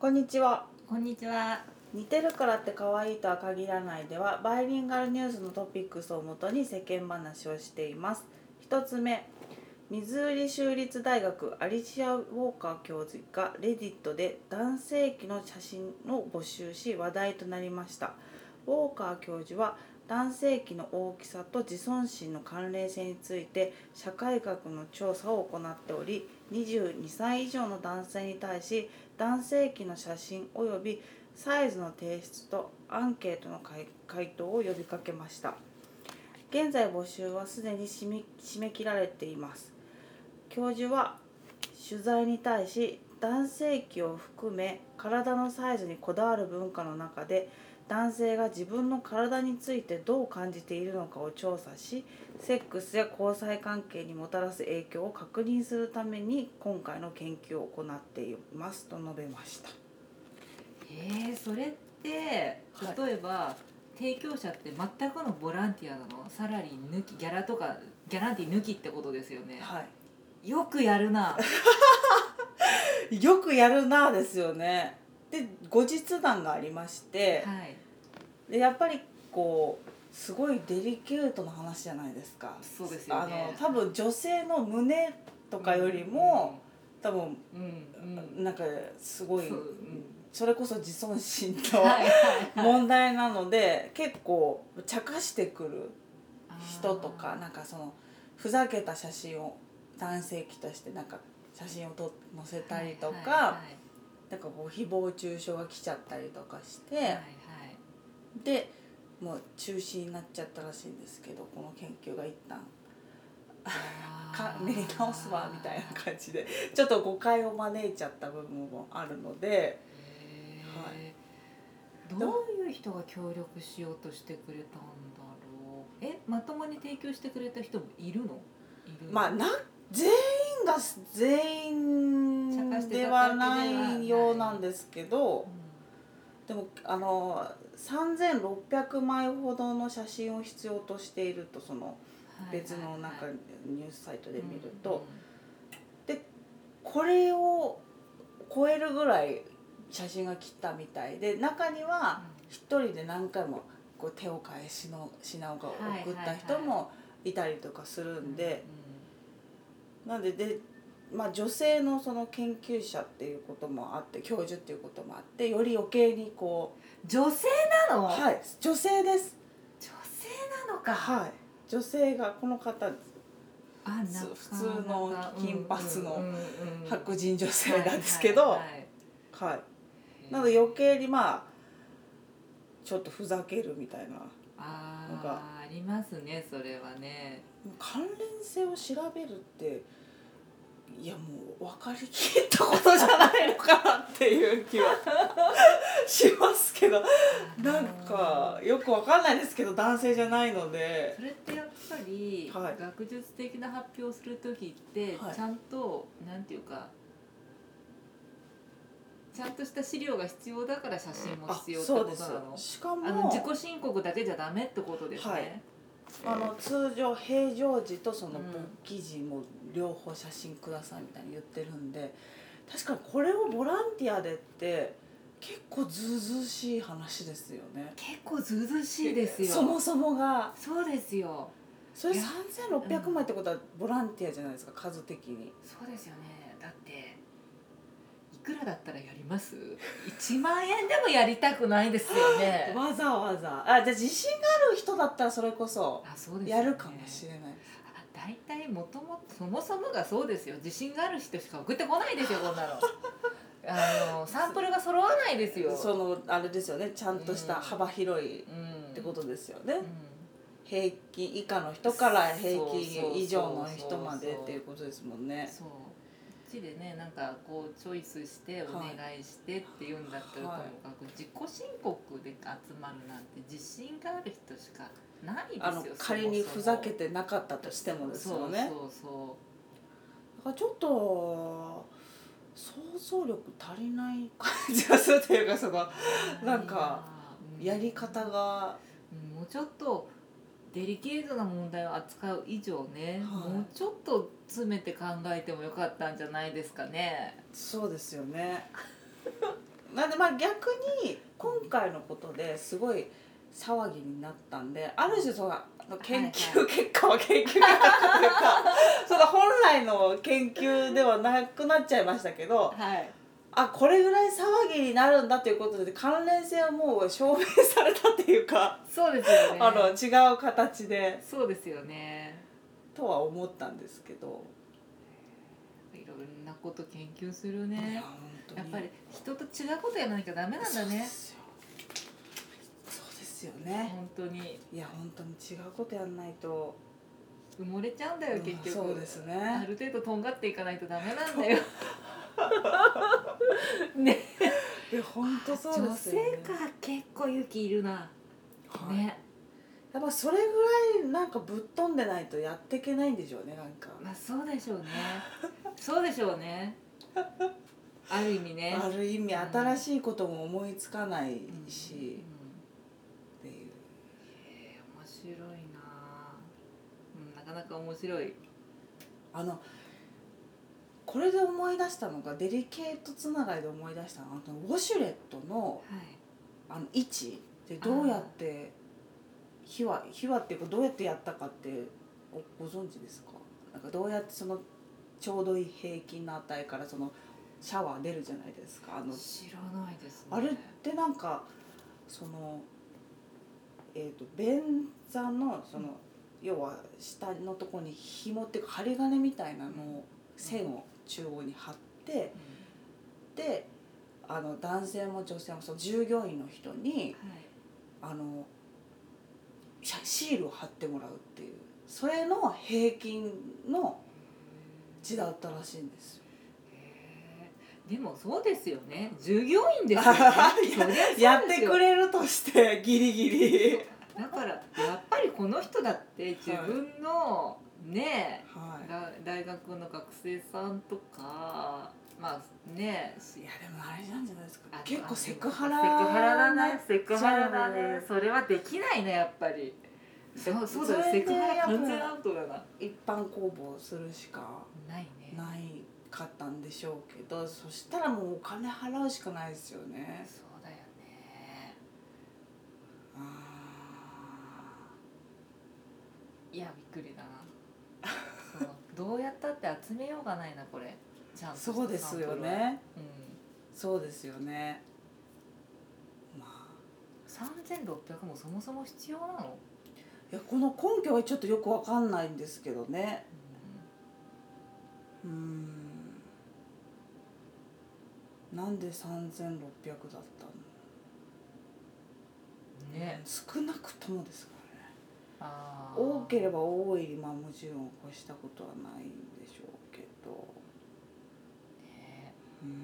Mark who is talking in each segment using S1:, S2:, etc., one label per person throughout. S1: こんにちは
S2: こんにちは。
S1: 似てるからって可愛いとは限らないではバイリンガルニュースのトピックスをもとに世間話をしています一つ目ミズーリ州立大学アリシア・ウォーカー教授がレディットで男性器の写真を募集し話題となりましたウォーカー教授は男性器の大きさと自尊心の関連性について社会学の調査を行っており22歳以上の男性に対し男性器の写真及びサイズの提出とアンケートの回回答を呼びかけました現在募集はすでに締め締め切られています教授は取材に対し男性器を含め体のサイズにこだわる文化の中で男性が自分の体についてどう感じているのかを調査しセックスや交際関係にもたらす影響を確認するために今回の研究を行っていますと述べました
S2: えー、それって例
S1: は
S2: えば、提供者って全くのボランティアなのサラリー抜きギャラとかギャランティー抜きってことですよね。
S1: はい
S2: よくや るな。
S1: よくやるなあですよねで後日談がありまして、
S2: はい。
S1: でやっぱりこうすごいデリケートな話じゃないですか
S2: そうですよね
S1: あの多分女性の胸とかよりも、、多分
S2: うんうん、うん
S1: なんかすごい
S2: そううん
S1: それこそ自尊心
S2: は
S1: の
S2: いはいはい
S1: 問題なので結構茶化してくる
S2: あー
S1: 人とかなんかそのふざけた写真を男性器としてなんか写真をと載せたりとか、
S2: はい
S1: なんかこう誹謗中傷が来ちゃったりとかして、
S2: はいはいはい
S1: でもう中止になっちゃったらしいんですけどこの研究が一旦か
S2: あー
S1: 練り直すわみたいな感じでちょっと誤解を招いちゃった部分もあるので
S2: へ
S1: は
S2: ーどういう人が協力しようとしてくれたんだろうえまともに提供してくれた人もいるのいるの
S1: まあな全員が全
S2: 茶化
S1: 員
S2: して
S1: で
S2: た
S1: は
S2: わけではな
S1: ないいようなんですけど
S2: う
S1: でもあの3600枚ほどの写真を必要としているとその
S2: んはい
S1: 別のなんか
S2: はいはい
S1: ニュースサイトで見ると。これを超えるぐらい写真が来たみたいで中には一人で何回もこう手を変え品を品を送った人もいたりとかす
S2: う
S1: る
S2: んうん
S1: んで、なんでで、まあ、女性のその研究者っていうこともあって教授っていうこともあってより余計にこ
S2: うん女性な
S1: う
S2: の、
S1: はい女性です
S2: 女性なのか、
S1: はい女性がこの方
S2: あなかなか
S1: 普通の金髪の
S2: うんうんうん
S1: 白人女性なんですけど
S2: はいはいはい
S1: はいなので余計にまあちょっとふざけるみたいな
S2: あ
S1: なん
S2: ー
S1: か
S2: ありますねそれはね
S1: 関連性を調べるっていやもう分かりきったことじゃ ないのかなっていう 気はしますけどなんかよく分かんないですけど男性じゃないので
S2: それってやっぱり、
S1: はい
S2: 学術的な発表をする時って、
S1: はい
S2: ちゃんとなんていうかちゃんとした資料が必要だから写真も
S1: あ
S2: 必要って
S1: そ
S2: こ
S1: うで
S2: となの
S1: すしかも
S2: あの自己申告だけじゃダメってことですね、
S1: はいあの通常平常時とその
S2: うん
S1: 勃起時も両方写真くださいみたいに言ってるんで確かにこれをボランティアでって結構ずうずうしい話ですよね。
S2: 結構ずうずうしいですよ
S1: そもそもが
S2: そうですよ
S1: それ
S2: いや
S1: 3600枚ってことはボランティアじゃないですか数的に
S2: そうですよねだっていくらだったらやります1万円でもやりたくないです よね
S1: わざわざあじゃあ自信がある人だったらそれこそ
S2: あそうですよ
S1: や
S2: ね
S1: るかもしれない
S2: 大体もともとそもそもがそうですよ自信がある人しか送ってこないですよこんなのあのサンプルが揃わないですよ
S1: そのあれですよねちゃんとした幅広いっ
S2: うん、
S1: てことですよね、
S2: うん
S1: 平均以下の人から平
S2: そうそうそうそう
S1: 均以上の人までっていうことですもんね
S2: そうこっちでねなんかこうチョイスしてお願いしてっていうんだったら
S1: はい
S2: ともかく自己申告で集まるなんて自信がある人しかないですよ
S1: あの
S2: そもそも
S1: 仮にふざけてなかったとしてもですよね
S2: そうそうそう
S1: だからちょっと想像力足りない感じがするというかそのなんかやり方が
S2: うんもうちょっとデリケートな問題を扱う以上ね、
S1: はい
S2: もうちょっと詰めて考えてもよかったんじゃないですかね。
S1: そうですよねなんでまあ逆に今回のことですごい騒ぎになったんである種そのあの研究結果は研究結果というか その本来の研究ではなくなっちゃいましたけど
S2: はい
S1: あこれぐらい騒ぎになるんだということで関連性はもう証明されたっていうか、
S2: そうですよね
S1: あの違う形で
S2: そうですよね
S1: とは思ったんですけど。
S2: いろんなこと研究するね
S1: い本当に
S2: やっぱり人と違うことやらなきゃダメなんだ
S1: そうで
S2: ね
S1: すよそうですよね。
S2: 本当に
S1: いや本当に違うことやんないと。
S2: 埋もれちゃうんだよ結局
S1: そうです
S2: あ
S1: ね。
S2: る程度とんがっていかないとダメなん だよね
S1: いや本当そう
S2: 女
S1: です
S2: 性
S1: よ、ね。
S2: か結構勇気いるな、
S1: はい
S2: ね
S1: やっぱそれぐらいなんかぶっ飛んでないとやっていけないんでしょうねなんか。
S2: まあそうでしょうねそうでしょうねある意味ね
S1: ある意味
S2: うん
S1: 新しいことも思いつかない
S2: うん
S1: し、
S2: う
S1: っていうん
S2: へえ面白いな、うん、なかなか面白い
S1: あのこれで思い出したのがデリケートつながりで思い出したのがあのウォシュレットの
S2: はい
S1: あの位置でどうやって秘話秘話っていうかどうやってやったかっておご存知ですかなんかどうやってそのちょうどいい平均の値からそのシャワー出るじゃないですかあの
S2: 知らないですね
S1: あれってなんかそのえっ、と便座のその、要は下のとこに紐っていうか針金みたいなのを線を中央に貼って
S2: うん
S1: であの男性も女性もその従業員の人に
S2: はい
S1: あのシャシールを貼ってもらうっていうそれの平均の字だったらしいんですよ。
S2: へえでもそうですよね従業員です よねそりゃそうですよ
S1: やってくれるとしてギリギリ。
S2: だからやっぱりこの人だって自分の、ねえ
S1: はい
S2: だ大学の学生さんとかまあねし
S1: いやでもあれなんじゃないですか
S2: あ
S1: 結構セクハラ
S2: セクハラだねセクハラだ
S1: そう
S2: ね
S1: ね
S2: それはできないねやっぱりそうそうだよ
S1: それ
S2: セ
S1: で
S2: クハラ
S1: やっぱ
S2: 完全アウトだな
S1: 一般公募するしか
S2: ないね
S1: ないかったんでしょうけどそしたらもうお金払うしかないですよね
S2: そうだよね
S1: あ
S2: いやびっくりだなそうどうやったって集めようがないなこれちゃん
S1: ー
S2: と
S1: そうですよねそうですよねまあ
S2: サンプルはうん、3600もそもそも必要なの、
S1: いやこの根拠はちょっとよくわかんないんですけどねうーんなんで3600だったの
S2: うん、ね
S1: 少なくともですからね
S2: あー
S1: 多ければ多いまあもちろん越したことはないんでしょうけど
S2: ね
S1: うーん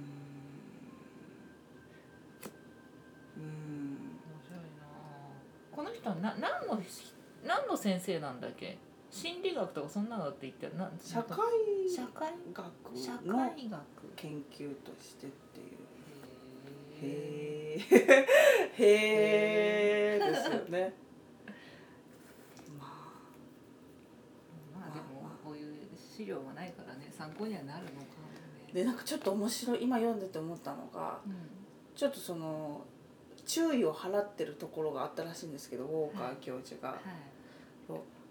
S1: うーん
S2: 面白いなあこの人はな何の何の先生なんだっけ心理学とかそんなのだって言ってな
S1: 社会
S2: 社会社
S1: 学
S2: 会
S1: の
S2: 学
S1: 研究としてっていう
S2: へえ
S1: へえへえですよねま
S2: まあでも
S1: まあ
S2: こういう資料はないからね参考にはなるのかも
S1: あ
S2: ね
S1: でなんかちょっと面白い今読んでて思ったのがちょっとその注意を払ってるところがあったらしいんですけどウォーカー教授が
S2: はい。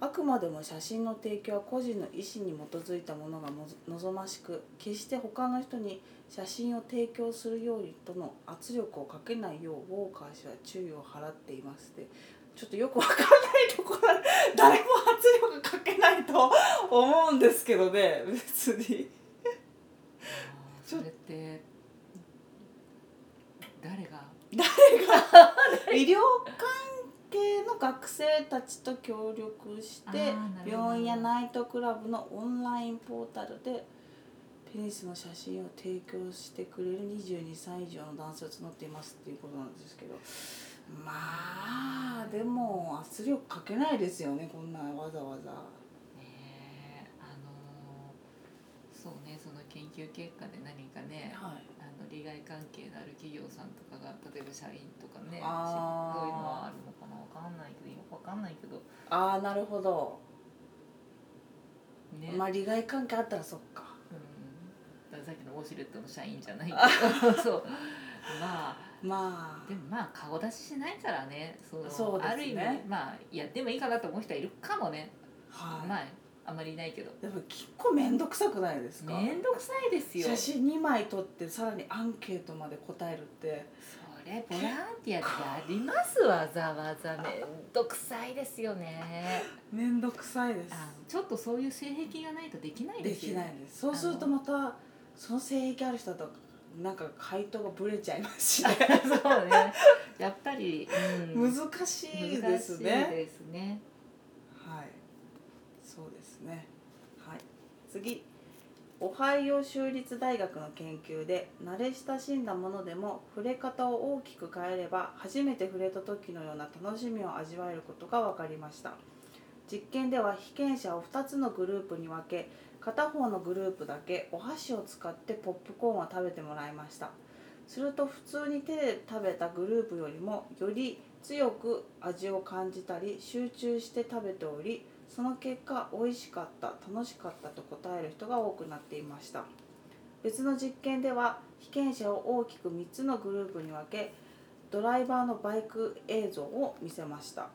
S1: あくまでも写真の提供は個人の意思に基づいたものがもぞ望ましく決して他の人に写真を提供するようにとの圧力をかけないようウォーカー氏は注意を払っていますでちょっとよくわからないところ誰も圧力かけないと思うんですけどね別に
S2: あー
S1: ち
S2: そ
S1: ょ
S2: れって誰が
S1: 医療関係の学生たちと協力し
S2: あー
S1: て
S2: なるほど
S1: 病院やナイトクラブのオンラインポータルでペニスの写真を提供してくれる22歳以上の男性を募っていますっていうことなんですけどまあでも圧力かけないですよねこんなわざわざ。
S2: ねえあのーそうねその研究結果で何かね
S1: はい
S2: あの利害関係のある企業さんとかが例えば社員とかね
S1: あー
S2: そういうのはあるのかなわかんないけどよくわかんないけど
S1: ああなるほど、
S2: ね、
S1: まあ利害関係あったらそっか
S2: うん、だからさっきのウォシュレットの社員じゃないけどそうまあ
S1: ま
S2: でもまあ顔出ししないからねその
S1: そうですね
S2: ある意味まあやってもいいかなと思う人はいるかもね、
S1: あ、はい、
S2: まああまりいないけど
S1: でも結構面倒くさくないですか
S2: 面倒くさいですよ
S1: 写真2枚撮ってさらにアンケートまで答えるって
S2: それボランティアでやりますわざわざ面倒くさいですよね
S1: 面倒くさいです
S2: あのちょっとそういう性癖がないとできない
S1: で
S2: です
S1: き
S2: よ
S1: ないですそうするとまたその性癖ある人だとなんか回答がぶれちゃいますし、ね、
S2: そうねやっぱり、うん、
S1: 難しいです
S2: 難しい
S1: ね
S2: ですね
S1: はいそうですねはい次オハイオ州立大学の研究で慣れ親しんだものでも触れ方を大きく変えれば初めて触れた時のような楽しみを味わえることが分かりました実験では被験者を2つのグループに分け片方のグループだけお箸を使ってポップコーンを食べてもらいましたすると普通に手で食べたグループよりもより強く味を感じたり集中して食べておりその結果美味しかった楽しかったと答える人が多くなっていました別の実験では被験者を大きく3つのグループに分けドライバーのバイク映像を見せました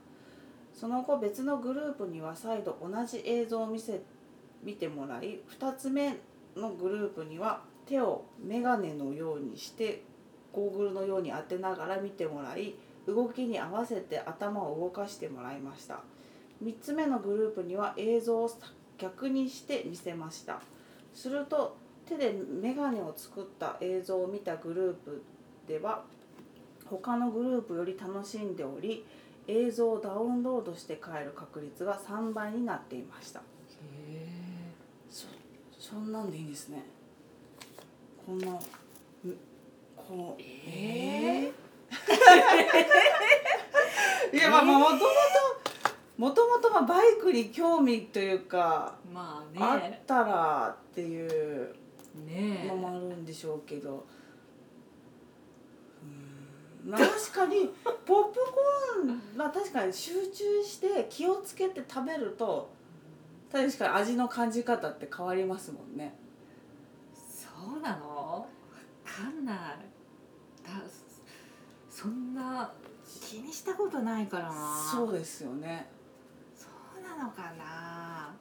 S1: その後別のグループには再度同じ映像を見せ見てもらい2つ目のグループには手をメガネのようにしてゴーグルのように当てながら見てもらい動きに合わせて頭を動かしてもらいました3つ目のグループには映像を逆にして見せましたすると手でメガネを作った映像を見たグループでは他のグループより楽しんでおり映像をダウンロードして帰る確率が3倍になっていました
S2: へえ
S1: そそんなんでいいんですねこんなむこの
S2: え
S1: ー いやまあまあもともともともとまあバイクに興味というか、
S2: まあ
S1: あ
S2: ね
S1: ったらっていう
S2: ねえ
S1: のもあるんでしょうけどうーんまあ確か にポップコーンは確かに集中して気をつけて食べると確かに味の感じ方って変わりますもんね。
S2: そうなのわかんないだそんな気にしたことないからな
S1: そうですよね。
S2: そうなのかな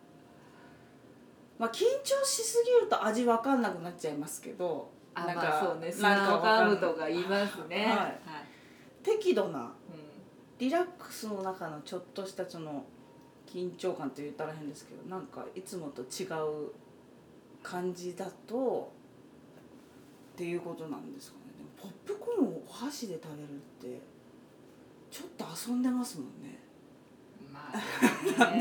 S1: まあ緊張しすぎると味わかんなくなっちゃいますけど、
S2: あ
S1: なんか
S2: まあそうね
S1: なん
S2: 砂
S1: か
S2: を
S1: わかん
S2: 噛むとか言いますね
S1: はい
S2: はい
S1: 適度な
S2: う
S1: リラックスの中のちょっとしたその緊張感と言ったら変ですけど、なんかいつもと違う感じだとっていうことなんですかね。でもポップコーンをお箸で食べるってちょっと遊んでますもんね。
S2: んまあねまあ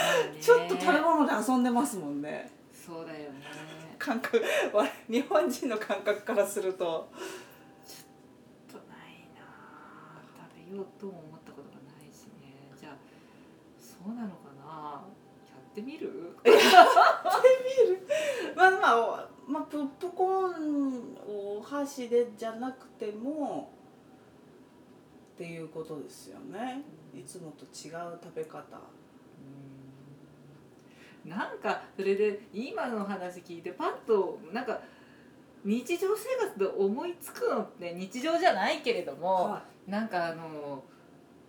S2: ね
S1: ちょっと食べ物で遊んでますもんね。
S2: そうだよね
S1: 感覚、我日本人の感覚からすると。
S2: ちょっとないな食べようとも思ったことがないしねじゃあそうなのかなやってみる
S1: まあまあ、おまあ、ポップコーンをお箸でじゃなくてもっていうことですよねいつもと違う食べ方
S2: うんなんかそれで今の話聞いてパッとなんか日常生活で思いつくのって日常じゃないけれども、
S1: は
S2: なんかあの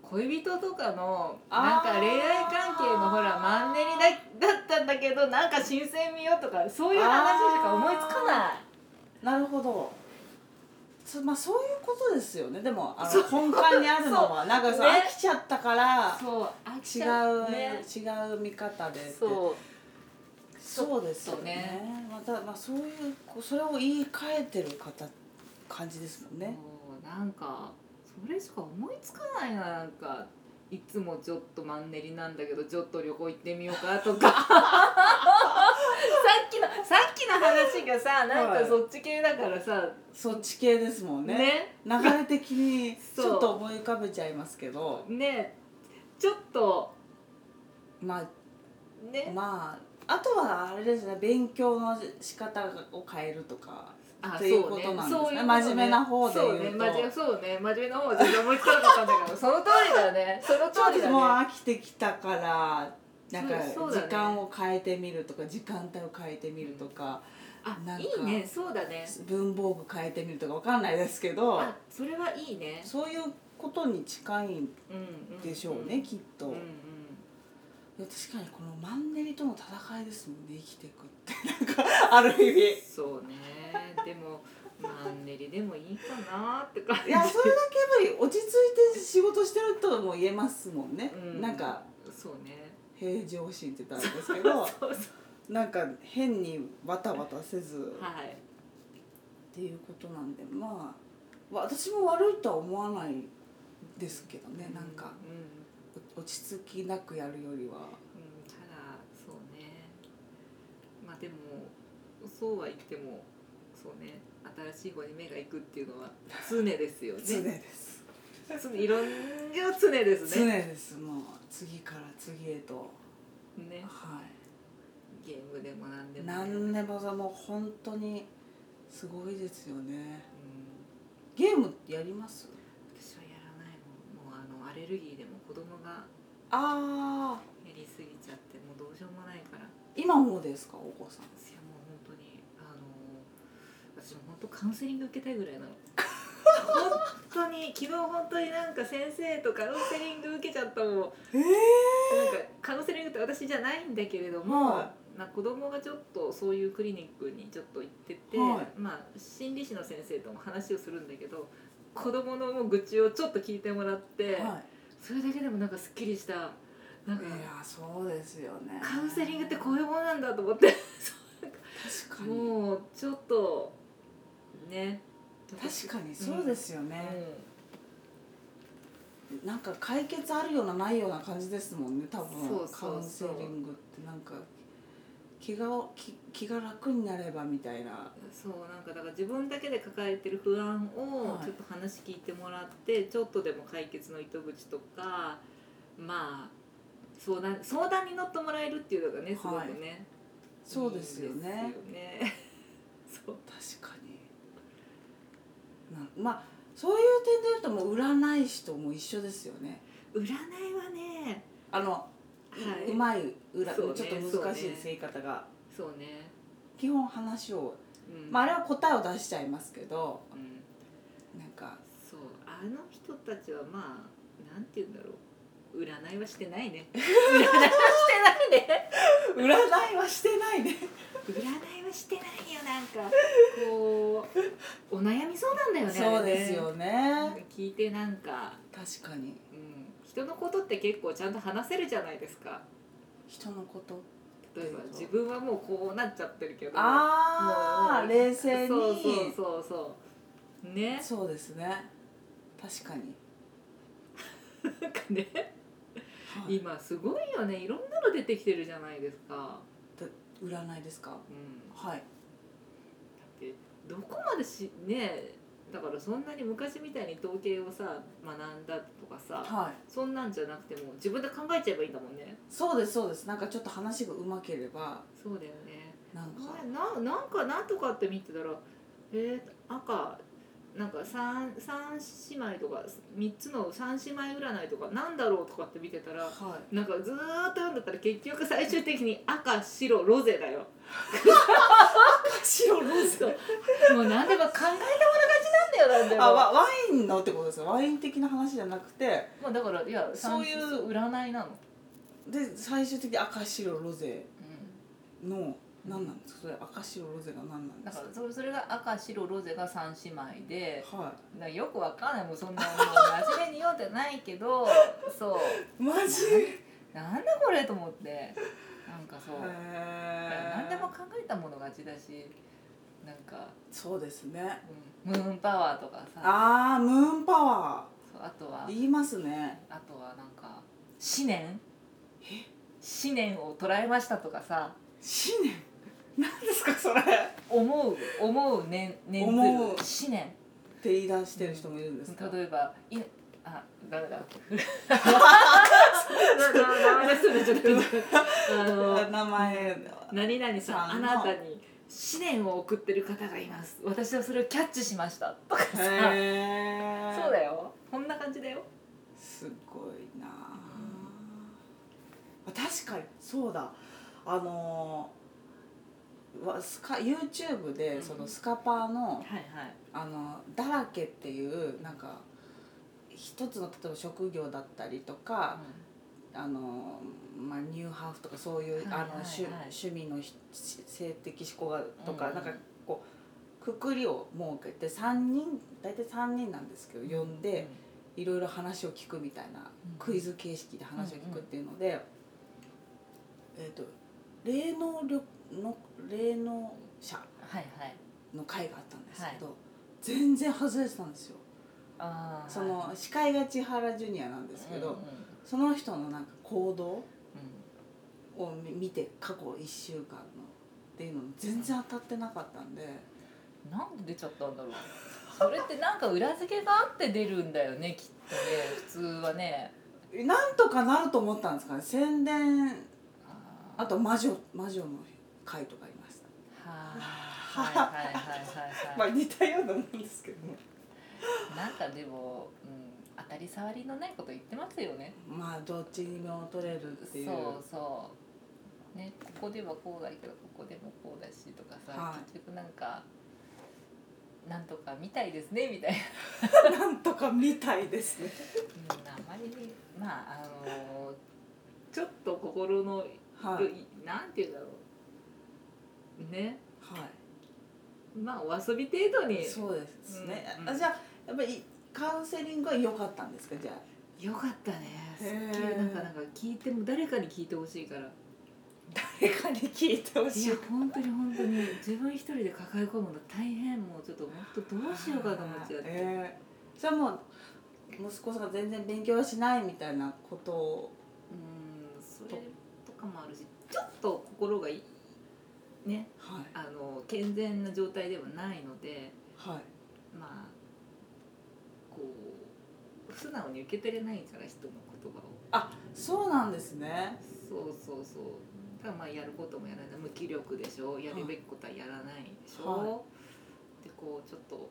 S2: 恋人とかの
S1: あー
S2: なんか恋愛関係のほらマンネリだだったんだけどなんか新鮮味よとかそういう話しか思いつかない
S1: いなるほどそ,、まあ、そういうことですよねでもあ
S2: そう
S1: の根幹にあるのはなんかさ、
S2: ね
S1: 飽きちゃったから
S2: そう飽き
S1: 違
S2: ちゃ
S1: う、
S2: ね
S1: 違う見方でって
S2: そう
S1: そうですよねまた、まあ、そういうこうそれを言い換えてる方感じですもんね、
S2: もうなんかそれしか思いつかないななんかいつもちょっとマンネリなんだけどちょっと旅行行ってみようかと かさっきのさっきの話がさなん
S1: はい
S2: かそっち系だからさ、
S1: そっち系ですもん
S2: ね
S1: 流れ的にち
S2: そう
S1: ょっと思い浮かべちゃいますけど
S2: ねちょっと
S1: まあ
S2: ね、
S1: まああとはあれですね勉強の仕方を変えるとか
S2: あ
S1: っていうことなんですね
S2: そうね
S1: 真面目な方で言うと
S2: そうね真面目そうね真面目な方は全然思いつかなかったんだ けどその通りだねその
S1: ちょっ
S2: 通り
S1: ともう
S2: だね
S1: 飽きてきたからなんか
S2: そうそうだね
S1: 時間を変えてみるとか時間帯を変えてみるとか、
S2: あ
S1: なんか
S2: いいねそうだね
S1: 文房具変えてみるとかわかんないですけど
S2: あそれはいいね
S1: そういうことに近いん
S2: うんうん
S1: でしょうね、きっと、
S2: うん
S1: いや確かにこのマンネリとの戦いですもんね生きていくってなんかある意
S2: うん、
S1: 味
S2: そうねでもマンネリでもいいかなって感じ
S1: いやそれだけやっぱり落ち着いて仕事してるとも言えますもんね、
S2: うん
S1: なんか
S2: そうね
S1: 平常心って言ったらあれですけ ど
S2: そうそ
S1: なんか変にバタバタせず
S2: うはい
S1: っていうことなんでまあわ私も悪いとは思わないですけどねなんか
S2: うんうんうん
S1: お落ち着きなくやるよりは
S2: ただそうねまあでもそうは言ってもそうね新しい方に目が行くっていうのは常ですよね
S1: 常です
S2: 常いろんな常です
S1: 常
S2: ね
S1: ですもう次から次へと
S2: ね
S1: は
S2: ゲームでも何で
S1: い
S2: も
S1: 何でもさもう本当にすごいですよね
S2: うん
S1: ゲームやります
S2: 私はやらないもんもうあのアレルギーでも子供が
S1: ああ
S2: やりすぎちゃってもうどうしようもないからい
S1: 今もですかお子さん
S2: やもう本当にあの私も本当カウンセリング受けたいぐらいなの本当に昨日本当になんか先生とカウンセリング受けちゃったもんなんか
S1: ええ
S2: カウンセリングって私じゃないんだけれども、
S1: は
S2: まあ、子供がちょっとそういうクリニックにちょっと行ってて、
S1: はい
S2: まあ、心理師の先生とも話をするんだけど子供のもう愚痴をちょっと聞いてもらって、
S1: はい
S2: それだけでもなんかすっきりしたなんか
S1: いやそうですよね
S2: カウンセリングってこういうものなんだと思って
S1: 確かに
S2: もうちょっとね
S1: 確かにそうですよ
S2: か
S1: ね、なんか解決あるようなないような感じですもんね多分
S2: そうそうそう
S1: カウンセリングってなんか気が気気が楽になればみたいな
S2: そうなんかだから自分だけで抱えてる不安を
S1: はい
S2: ちょっと話聞いてもらって、ちょっとでも解決の糸口とかまあ相談相談に乗ってもらえるっていうのがねすごくね、い、
S1: そうですよね
S2: いですよね そう
S1: 確かになまあそういう点で言うともう占い師とも一緒ですよね
S2: 占いはね
S1: あの、
S2: はいう
S1: まい裏、ち
S2: そ
S1: ょ
S2: う
S1: っ
S2: ね
S1: と難しいです、
S2: そう
S1: 言い方が
S2: そうね、
S1: 基本話を、
S2: うん
S1: まあ、あれは答えを出しちゃいますけど
S2: うん
S1: なんか
S2: そうあの人たちはまあなんて言うんだろう占いはしてないね占いはしてないね
S1: 占いはしてないね
S2: 占いはしてないよなんかこうお悩み相談だよ ね
S1: そうですよ
S2: あれ
S1: ね
S2: ね聞いてなんか、
S1: 確かに
S2: うん、人のことって結構ちゃんと話せるじゃないですか
S1: 人のこと
S2: 例えば
S1: そうそう
S2: 自分はもうこうなっちゃってるけど
S1: あ
S2: も
S1: あ
S2: う
S1: 冷静に
S2: そうそうそうそうね
S1: そうですね確かに、
S2: なんかね
S1: はい、
S2: 今すごいよねいろんなの出てきてるじゃないですか
S1: 占いですか
S2: うん
S1: はい
S2: だってどこまでしねだからそんなに昔みたいに統計をさ学んだとかさ
S1: はい
S2: そんなんじゃなくても自分で考えちゃえばいいんだもんね
S1: そうですそうですなんかちょっと話がうまければ
S2: そうだよね
S1: なんか
S2: 前ななんかなんとかって見てたらえー、赤なんか三三姉妹とか三つの三姉妹占いとかなんだろうとかって見てたら
S1: は
S2: なんかずーっと読んだったら結局最終的に赤白ロゼだよ
S1: い白ロー
S2: そうもうなんでか考えたもの勝ちなんだよなんでも
S1: あワワインのってことですかワイン的な話じゃなくて
S2: まあだからいや
S1: そうい
S2: 算数
S1: う
S2: 占いなの、
S1: で最終的に赤白ロゼの何なんですかそれ赤白ロゼが何なんで
S2: だ
S1: す
S2: か
S1: から
S2: それそれが赤白ロゼが三姉妹で
S1: は
S2: だからよくわかんないもうそんなもう真面目に読んでない けどそう
S1: いマジ
S2: なんだこれと思ってなんかそう、いや
S1: 何
S2: 何でも考えたもの勝ちだしなんか、
S1: そうですね
S2: うん、ムーンパワーとかさ
S1: あームーンパワ
S2: そうあとは
S1: ー言いますね
S2: あとはなんか思念思念を捉えましたとかさ
S1: 信念何ですかそれっ
S2: 思う思う念念ずる
S1: 思う
S2: 思念
S1: て言い出してる人もいるんですか、
S2: 例えばいあ ダメだ ダメだそれちょっと あの
S1: 名前
S2: 何々さん
S1: さ
S2: あ
S1: んの
S2: なたに試練を送ってる方がいます私はそれをキャッチしましたとかさ
S1: へえ
S2: そうだよこんな感じだよ
S1: すごいなあ、確かにそうだあのーわスカ YouTube
S2: う
S1: で
S2: ん
S1: そのスカパーの
S2: はいはい
S1: 「あのだらけ」っていうなんか一つの例えば職業だったりとかあの、まあ、ニューハーフとかそういう、
S2: はいはい
S1: あの趣
S2: はい
S1: 趣味のひ性的思考がとか、
S2: うん
S1: なんかこうくくりを設けて3人大体3人なんですけど呼んで、いろいろ話を聞くみたいな、
S2: うん
S1: クイズ形式で話を聞くっていうので、えっ、と霊能力の霊能者
S2: うんはいはい
S1: の会があったんですけど、全然外れてたんですよ。
S2: あー
S1: その司会が千原ジュニアなんですけど、
S2: うんうん
S1: その人のなんか行動を見見て過去1週間のっていうのも全然当たってなかったんで
S2: うんなんで出ちゃったんだろうそれってなんか裏付けがあって出るんだよねきっとね普通はね
S1: なんとかなると思ったんですかね宣伝
S2: あー
S1: あと魔女魔女の会とかありました、
S2: はいはいはいはいはい
S1: ま
S2: は
S1: あ
S2: い
S1: 似たようなもんですけどね
S2: なんかでも、うん、当たり障りのないこと言ってますよね
S1: まあどっちにも取れるっていう
S2: そうそうねここではこうだけどここでもこうだしとかさ、
S1: はい
S2: 結局なんかなんとかみたいですねみたいな、
S1: なんとかみたいですね
S2: うん、あんまりまああのちょっと心の、
S1: はいはい
S2: なんて言うんだろうねまあお遊び程度に
S1: そうですね、
S2: うん
S1: あじゃあやっぱりカウンセリングは良かったんですかじゃあ
S2: よかったねすっき
S1: へ
S2: り
S1: ー
S2: なんかなんか聞いても誰かに聞いてほしいから
S1: 誰かに聞いてほ
S2: いや本当に本当に自分一人で抱え込むの大変もうちょっと本当どうしようかと思っちゃって、
S1: えーそれはもう息子さんが全然勉強はしないみたいなことを
S2: うんそれとかもあるしちょっと心がいね
S1: はい
S2: あの健全な状態ではないので
S1: はい
S2: まあこう素直に受け取れないから人の言葉を
S1: そうなんですね
S2: そうそうそうただまあやることもやらない無気力でしょやるべきことはやらないでしょ、
S1: は
S2: でこうちょっと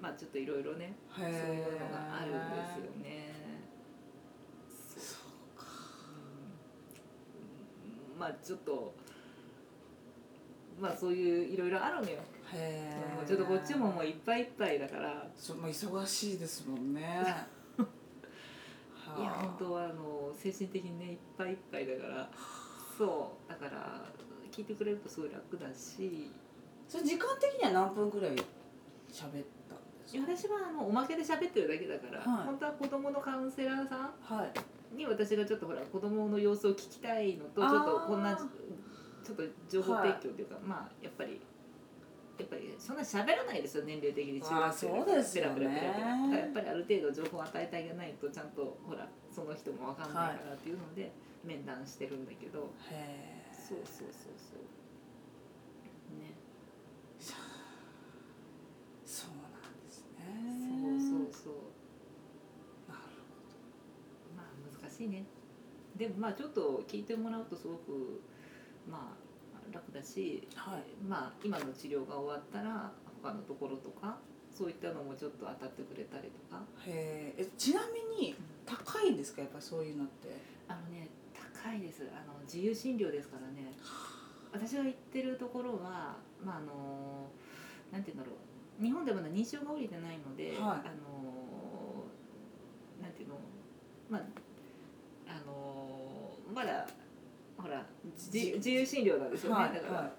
S2: まあちょっといろいろね
S1: へ
S2: そういう
S1: え
S2: のがあるんですよね。そう
S1: そうか
S2: うんまあちょっとまあそういういろいろあるのよ、
S1: へえ
S2: もうちょっとこっちももういっぱいいっぱいだから、
S1: そうもう忙しいですもんね はい
S2: や本当はあの精神的にねいっぱいいっぱいだからそうだから聞いてくれるとすごい楽だし
S1: それ時間的には何分くらい喋ったんですか
S2: 私はあのおまけで喋ってるだけだから、
S1: はい
S2: 本当は子供のカウンセラーさん
S1: はい
S2: に私がちょっとほら子供の様子を聞きたいのとち
S1: あー
S2: ょっとこんなちょっと情報提供というか、まあやっぱりやっぱりそんな喋らないですよ年齢的に
S1: あーそうですよね
S2: ペラペラペラペラだからやっぱりある程度情報を与えてあげないとちゃんとほらその人もわかんないからっていうので面談してるんだけど、
S1: へえ
S2: そうそうそうそうね
S1: そうなんです
S2: そ
S1: ね
S2: うそうそう
S1: なる
S2: まあ難しいねでもまあちょっと聞いてもらうとすごくまあ楽だし
S1: ほどはい
S2: まあ、今の治療が終わったら他のところとかそういったのもちょっと当たってくれたりとか、
S1: へーえちなみに高いんですかやっぱそういうのって
S2: あのね高いですあの自由診療ですからね私が行ってるところはまああのなんて言うんだろう日本でまだ認証が下りてないの
S1: は
S2: で、
S1: い
S2: あのなんていうのまああのまだほら
S1: じ
S2: 自自由診療なんですよね、
S1: はい
S2: だから、
S1: はい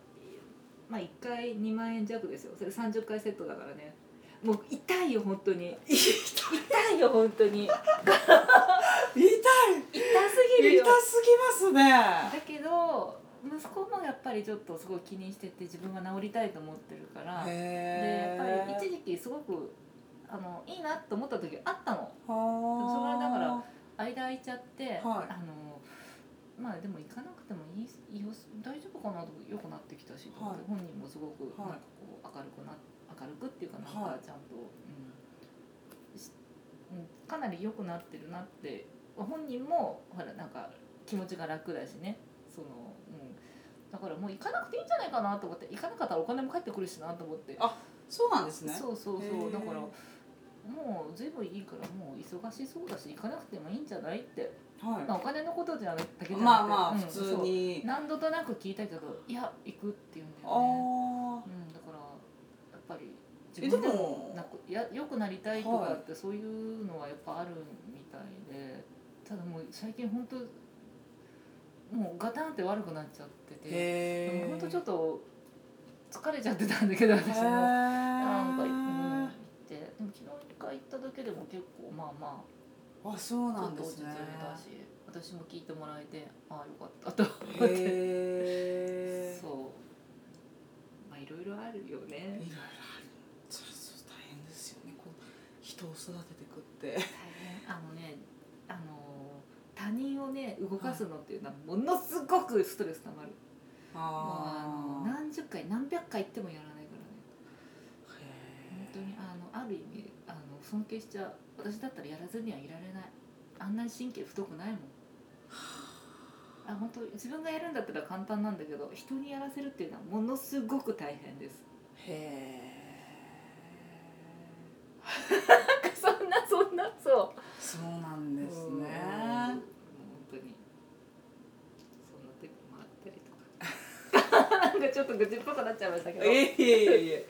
S2: まあ1回2万円弱ですよそれ30回セットだからねもう痛いよ本当 に痛いよ本当に
S1: 痛い
S2: 痛すぎる
S1: 痛
S2: よ
S1: すぎます
S2: だ
S1: ね
S2: けど息子もやっぱりちょっとすごい気にしてて自分は治りたいと思ってるからでや
S1: へー
S2: っぱり一時期すごくあのいいなと思った時あったの
S1: はー
S2: それはだから間空いちゃって、あのまあでも行かなくてもいいいいよ大丈夫かなと良くなってきたし、
S1: はい
S2: 本人もすごく
S1: はい
S2: なんかこう明るくな明るくっていうかなん
S1: は
S2: か
S1: い
S2: ちゃんと、うんしうん、かなり良くなってるなって本人もほらなんか気持ちが楽だしねその、うん、だからもう行かなくていいんじゃないかなと思って行かなかったらお金も返ってくるしなと思って
S1: あそうなんですね
S2: そうそう
S1: へ
S2: そう
S1: ー
S2: だからもう随分いいからもう忙しそうだし行かなくてもいいんじゃないって
S1: はい
S2: まあ、お金のことじゃなくて
S1: まあまあ
S2: うん
S1: 普通に、
S2: そう何度となく聞いたけどいや行くって言うんだよね、
S1: あ
S2: うん、だからやっぱり
S1: え
S2: 自
S1: で
S2: 分でも
S1: も
S2: なくや良くなりたいとか
S1: はい
S2: ってそういうのはやっぱあるみたいでただもう最近本当もうガタンって悪くなっちゃってて
S1: へえ
S2: 本当ちょっと疲れちゃってたんだけど私も。なんか、うん、行っ
S1: へ
S2: て、でも昨日一回行っただけでも結構、まあま
S1: えあそう
S2: あ、ち
S1: なん
S2: ょっ
S1: で
S2: と落
S1: す
S2: ち着い
S1: ね
S2: たし、私も聞いてもらえて、ああ、よかったと思って。
S1: へえ
S2: そう。まあ、いろいろあるよ
S1: いろ
S2: ね
S1: い。ろあるそれそう大変ですよねこう人を育ててくって
S2: 大変、あのね、あの他人をね、動かすのっていうのは、ものすごくストレスたまる。もうあの、
S1: ー
S2: 何十回、何百回行ってもやらないからね。本
S1: へ
S2: 当にあのある意味あの尊敬しちゃう私だったらやらずにはいられないあんなに神経太くないもんあ本当自分がやるんだったら簡単なんだけど人にやらせるっていうのはものすごく大変です
S1: えへ
S2: なんかそんなそんなそ
S1: えそうなん
S2: う
S1: ですね
S2: うん本当にそんな時もあったりとか なんかちょっと愚痴っぽくなっちゃいましたけど
S1: えいえいえいえ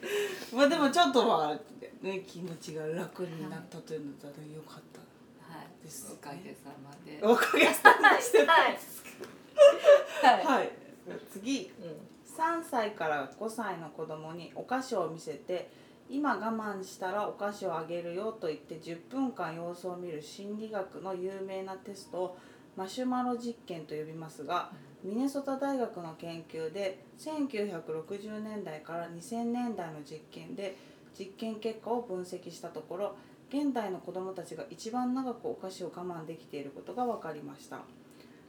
S1: まあでもちょっとはね気持ちが楽になったというのだと良かった
S2: はい
S1: ですね
S2: おかげさまで
S1: おかげさまでして
S2: はいは い、
S1: はい次
S2: うん
S1: 3歳から5歳の子供にお菓子を見せて今我慢したらお菓子をあげるよと言って10分間様子を見る心理学の有名なテストをマシュマロ実験と呼びますがミネソタ大学の研究で1960年代から2000年代の実験で実験結果を分析したところ現代の子どもたちが一番長くお菓子を我慢できていることが分かりました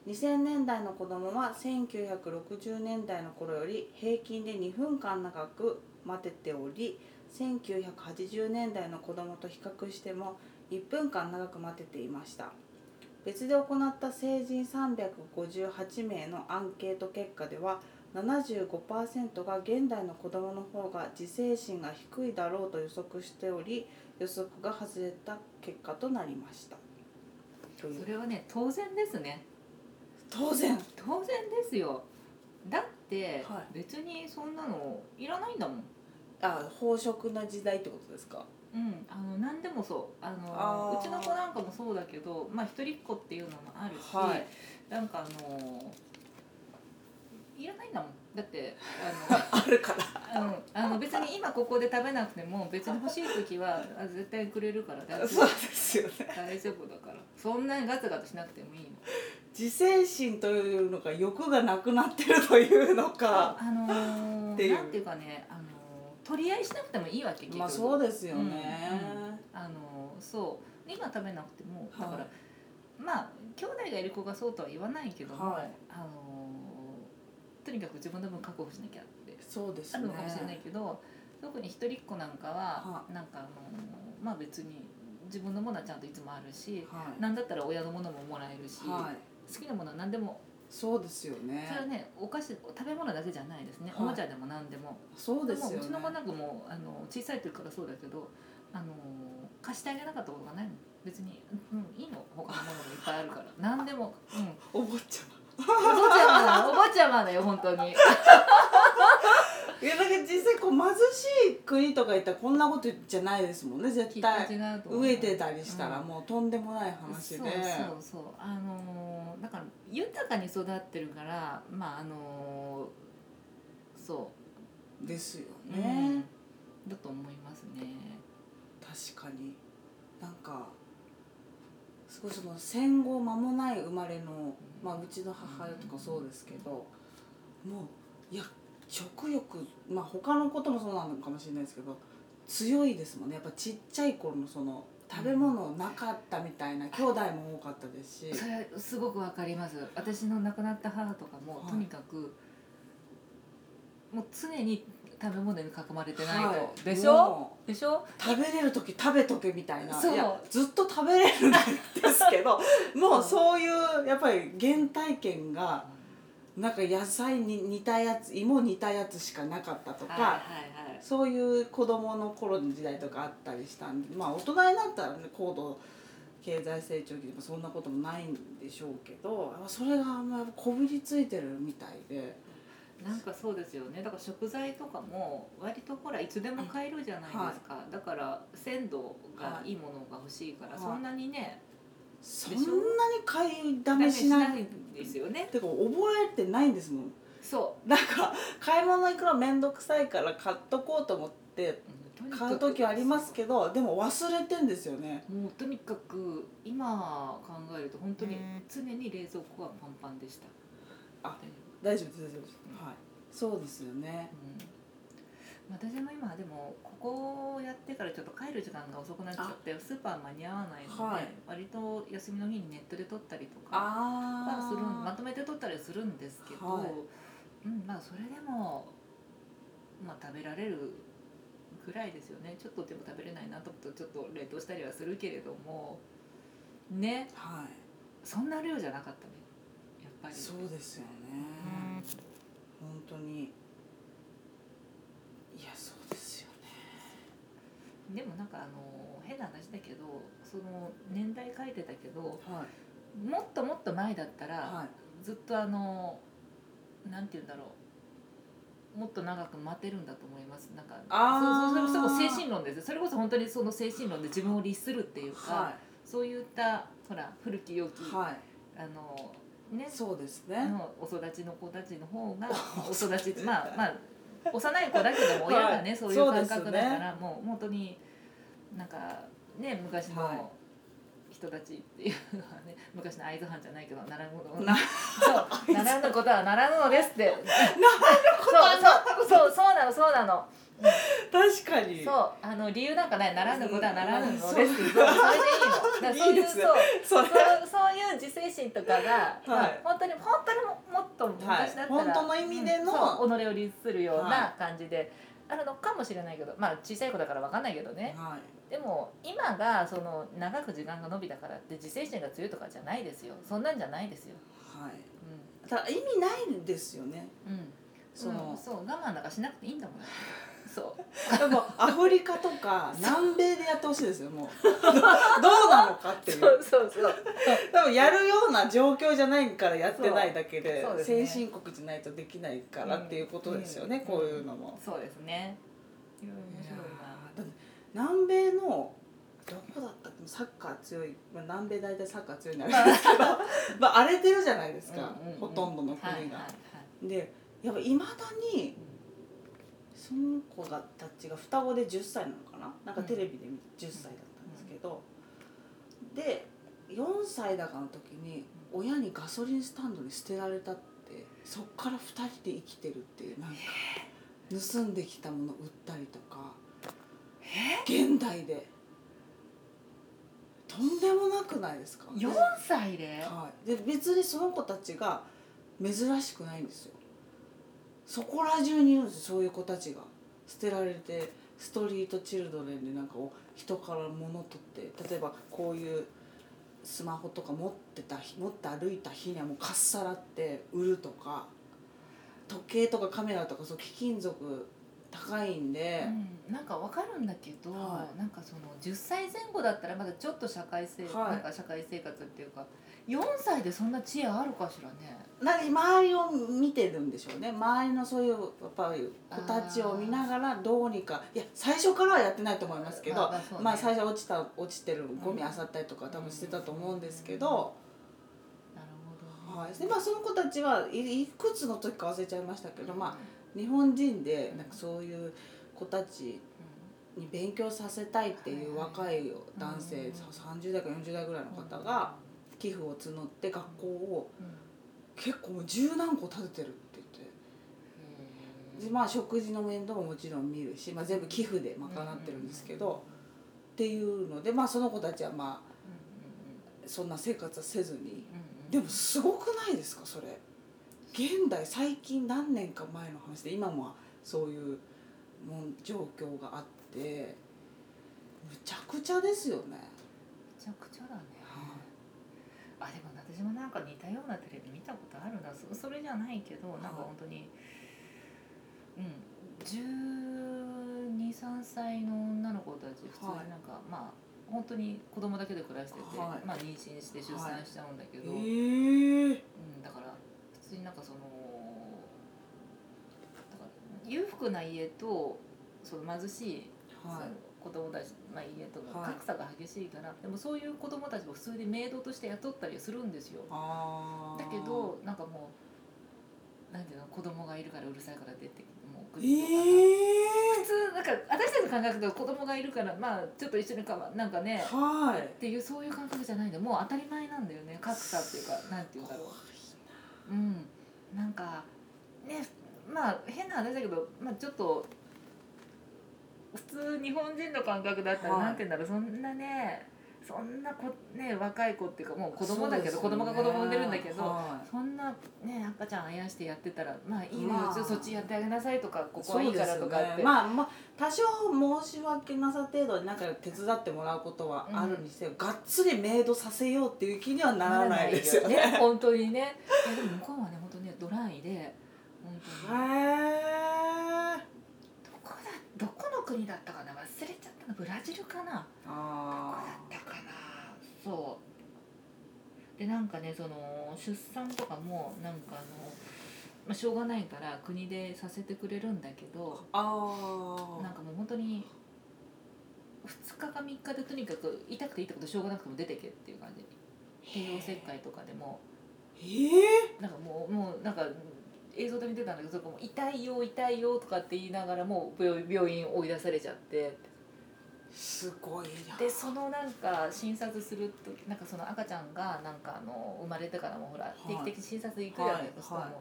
S1: 2000年代の子どもは1960年代の頃より平均で2分間長く待てており1980年代の子どもと比較しても1分間長く待てていました別で行った成人358名のアンケート結果では75%が現代の子どもの方が自制心が低いだろうと予測しており予測が外れた結果となりましたという
S2: それはね当然ですね
S1: 当然
S2: 当然ですよだって
S1: は
S2: 別にそんなのいらないんだもん、
S1: あ飽食な時代ってことですか
S2: うん、あの何でもそうあの
S1: あー
S2: うちの子なんかもそうだけど、まあ、一人っ子っていうのもあるし、
S1: はい
S2: なんかあのいらないんだもんだって
S1: あるから
S2: あのうんあの別に今ここで食べなくても別に欲しい時はあ絶対くれるから 大丈
S1: そう
S2: 夫
S1: ですよね
S2: 大丈夫だからそんなにガツガツしなくてもいいの。
S1: 自制心というのか欲がなくなってるというのか
S2: あのー
S1: っていう
S2: なんていうかね、あのー取り合いしなくてもいいわけ結局
S1: まあそうですよね、
S2: あのそう今食べなくてもだから、
S1: はい
S2: まあ兄弟がいる子がそうとは言わないけども、
S1: はい
S2: あのとにかく自分の分確保しなきゃって
S1: そうです
S2: あ
S1: ね
S2: るのかもしれないけど、特に一人っ子なんかは、
S1: は
S2: なんかあのまあ別に自分のものはちゃんといつもあるし
S1: はい、
S2: 何だったら親のものももらえるし、
S1: はい、
S2: 好きなものは何でも
S1: そうですよね
S2: それはねお菓子食べ物だけじゃないですね、
S1: はい
S2: おもちゃでも何でも
S1: そう
S2: で
S1: ですよ
S2: も
S1: ね
S2: うちの子なんかもうあの小さい時からそうだけどあの貸してあげなかったことがないの別に、うん、いいの他のものもいっぱいある から何でも、うん、
S1: お坊ちゃ
S2: お坊ちゃまなのお坊ちゃまだよ本当に
S1: まいやだから実際こう貧しい国とか行ったらこんなことじゃないですもんね
S2: き
S1: 絶
S2: っと
S1: 対
S2: 違うと思う
S1: 飢えてたりしたら
S2: うん
S1: もうとんでもない話で、
S2: そうそうそうあのーだから豊かに育ってるからまああのーそ
S1: ですよ
S2: う、
S1: ね、
S2: うん、だと思いますね
S1: 確かになんかすごいその戦後間もない生まれの、まあ、うちの母親とかそうですけどもういや食欲まあ他のこともそうなのかもしれないですけど強いですもんねやっぱちっちゃい頃のその食べ物なかったみたいな兄弟も多かったですし
S2: それすごくわかります私の亡くなった母とかも、
S1: はい
S2: とにかくもう常に食べ物に囲まれてないと、
S1: はい
S2: でしょ
S1: も
S2: でしょ
S1: う食べれる時食べとけみたいな
S2: そう
S1: いやずっと食べれるんですけどもうそういうやっぱり原体験がなんか野菜に似たやつ芋似たやつしかなかったとか、
S2: はいはいはい
S1: そういう子供の頃の時代とかあったりしたんでまあ大人になったら、ね、高度経済成長期でもそんなこともないんでしょうけどあそれがあんまりこびりついてるみたいで
S2: なんかそうですよねだから食材とかも割とほらいつでも買えるじゃないですか、だから鮮度がいいものが欲しいから、
S1: はい
S2: そんなにね
S1: そんなに買いだめしな
S2: ダ
S1: い
S2: メしんですよね
S1: てか覚えてないんですもん
S2: そ
S1: なんか買い物行くの面倒くさいから買っとこうと思って
S2: う、うん
S1: 買う時はありますけどでも忘れてんですよね
S2: もうとにかく今考えると本当に常に冷蔵庫はパンパンでした、
S1: あ大丈夫です大丈夫です、はい、そうですよね
S2: うん、私も今でもここをやってからちょっと帰る時間が遅くなっちゃってスーパー間に合わないので、
S1: はい
S2: 割と休みの日にネットで撮ったりとか
S1: あ
S2: はするんま
S1: あ
S2: とめて撮ったりするんですけど、
S1: はい
S2: うん、まあそれでも、まあ、食べられるぐらいですよねちょっとでも食べれないなと思うとちょっと冷凍したりはするけれどもね
S1: は
S2: そんな量じゃなかったねやっぱ
S1: い
S2: り
S1: そうですよね
S2: うん
S1: 本当にいやそうですよね
S2: でもなんかあの変な話だけどその年代書いてたけど
S1: はい
S2: もっともっと前だったら、
S1: はい
S2: ずっとあのなんて言うんだろうもっと長く待てるんだと思いますなんか
S1: あー
S2: そうそうそれこそ精神論ですよそれこそ本当にその精神論で自分を律するっていうか、
S1: は
S2: そういったほら古き良き、
S1: いはい
S2: あのね
S1: そうです
S2: あ
S1: ね
S2: のお育ちの子たちの方 が
S1: お
S2: お
S1: 育
S2: 育
S1: ち
S2: ちまあまあ幼い子だけども親が
S1: は
S2: ね
S1: い
S2: そういう感
S1: そうで
S2: 覚
S1: す
S2: だ
S1: ね
S2: から、もう本当になんかね昔
S1: はい
S2: の人たちっていうのはね 昔の会津藩じゃないけど習うもの
S1: な
S2: そう習うことは習うのですって
S1: とは
S2: そうそうそうそうなのそうなの
S1: 確かに
S2: そうあの理由なんかない習うのことは習うのですってそうそれでいいのだからそ
S1: い
S2: う
S1: い
S2: いう
S1: ですね
S2: そ
S1: そ
S2: う
S1: れ
S2: そうそういう自制心とかが、まあ本当に本当にももっと昔だったら、
S1: はい本当の意味での
S2: うんそう己を律するよう
S1: は
S2: な感じであるのかもしれないけど、まあ小さい子だからわかんないけどね、
S1: はい
S2: でも今がその長く時間が延びたからって自制心が強いとかじゃないですよそんなんじゃないですよ。
S1: はいただ意味ないんですよね
S2: うんうん
S1: その
S2: うんそう我慢なんかしなくていいんだもんそう
S1: でもアフリカとか南米でやってほしいですよもうどうなのかってい
S2: そううそ うそう
S1: 多分やるような状況じゃないからやってないだけで
S2: そうそうですね
S1: 先進国じゃないとできないからっていうことですよね、
S2: うん
S1: こういうのも。
S2: そうですねいや面
S1: いや
S2: 白い
S1: ーだって南米のどこだったっけサッカー強い、まあ、南米大体サッカー強いのあ れですけどまあ荒れてるじゃないです
S2: な
S1: か、
S2: うんうんうん
S1: ほとんどの国が。
S2: はいはいはい
S1: でやっぱいまだにその子がたちが双子で10歳なのかななんかテレビで見て10歳だったんですけど、で4歳だかの時に親にガソリンスタンドに捨てられたってそっから2人で生きてるっていうなんか盗んできたもの売ったりとか現代でとんでもなくないですか
S2: 4歳で
S1: はい、で別にその子たちが珍しくないんですよそこら中にいるんですよそういう子たちが捨てられてストリートチルドレンでなんかを人から物取って例えばこういうスマホとか持ってた日持って歩いた日にはもうかっさらって売るとか時計とかカメラとかそう貴金属高いんで、
S2: うんなんかわかるんだけど、
S1: は
S2: なんかその10歳前後だったらまだちょっと社会生、
S1: はい
S2: なんか社会生活っていうか4歳でそんな知恵あるかしらね
S1: なんか周りを見てるんでしょうね周りのそういうやっぱり子たちを見ながらどうにかいや最初からはやってないと思いますけど、
S2: まあまあそうね
S1: まあ最初落ちた落ちてるゴミ漁ったりとか多分してたと思うんですけど、
S2: なるほど、
S1: はいでまあ、その子たちはいいくつの時か忘れちゃいましたけど、ま
S2: あ、
S1: あ、日本人でなんかそういう子たち
S2: う
S1: に勉強させたいっていう若い男性、
S2: うん
S1: 30代か40代ぐらいの方が寄付を募って学校を
S2: んうん
S1: 結構もう十何個建ててるって言って。でまあ食事の面倒ももちろん見るし、まあ、全部寄付で賄ってるんですけど、っていうので、まあ、その子たちはまあ
S2: う
S1: そんな生活はせずに
S2: んうんうんうん
S1: でもすごくないですかそれ現代最近何年か前の話で今もそういうもん状況があってむちゃくちゃですよね
S2: めちゃくちゃだね、あでも私もなんか似たようなテレビ見たことあるなそそれじゃないけどなんか本当に、うん1 2 3歳の女の子たち普通になんか、まあ本当に子供だけで暮らしてて、
S1: はい
S2: まあ、妊娠して出産しちゃうんだけ
S1: え
S2: ど、
S1: ー、
S2: うん、だから普通になんかそのだから裕福な家とその貧しい、
S1: は
S2: その子供たち、まあ、家との
S1: はい
S2: 格差が激しいから、でもそういう子供たちも普通にメイドとして雇ったりするんですよ。
S1: あ
S2: だけどなんかもうなんていうの子供がいるからうるさいから出てもう
S1: え
S2: グッとなん
S1: ー、
S2: か普通なんか私たちの感覚で子供がいるからまあちょっと一緒にかわなんかね
S1: はい
S2: っていうそういう感覚じゃないんでもう当たり前なんだよね格差っていうかなんていうんだろううんなんかねまあ変な話だけどまあちょっと普通日本人の感覚だったら
S1: はい
S2: なんていうんだろうそんなねそんな子ね若い子っていうかもう子供だけど、
S1: そうですよね
S2: 子供が子供産んでるんだけど、
S1: は
S2: そんなね赤ちゃんあやしてやってたらまあいいの
S1: ま
S2: よ
S1: あ
S2: ちょっとそっちやってあげなさいとか
S1: い
S2: ここはいいからとか
S1: そうです
S2: って、
S1: よねまあまあ多少申し訳なさ程度になんか手伝ってもらうことはあるにせよ、がっつりメイドさせようっていう気にはならないですよね。
S2: ならない本当にね。いやでも向こうはね本当ねドライで本当に、
S1: へえ。
S2: どこだどこの国だったかな忘れちゃったのブラジルかなどこ
S1: あ
S2: だったかなそう。でなんかねその出産とかもなんかあのまあしょうがないから国でさせてくれるんだけど。
S1: あ。あ
S2: なんかもう本当に2日か3日でとにかく痛くて痛くてしょうがなくても出てけっていう感じ帝王切開とかでも
S1: え
S2: なんかもうもうなんか映像で見てたんだけどそこも痛いよ痛いよとかって言いながらもう病病院追い出されちゃって
S1: ー、すごいな。
S2: でそのなんか診察するとなんかその赤ちゃんがなんかあの生まれてからもほら
S1: い
S2: 定期的に診察行くじゃないですか、
S1: はい
S2: もう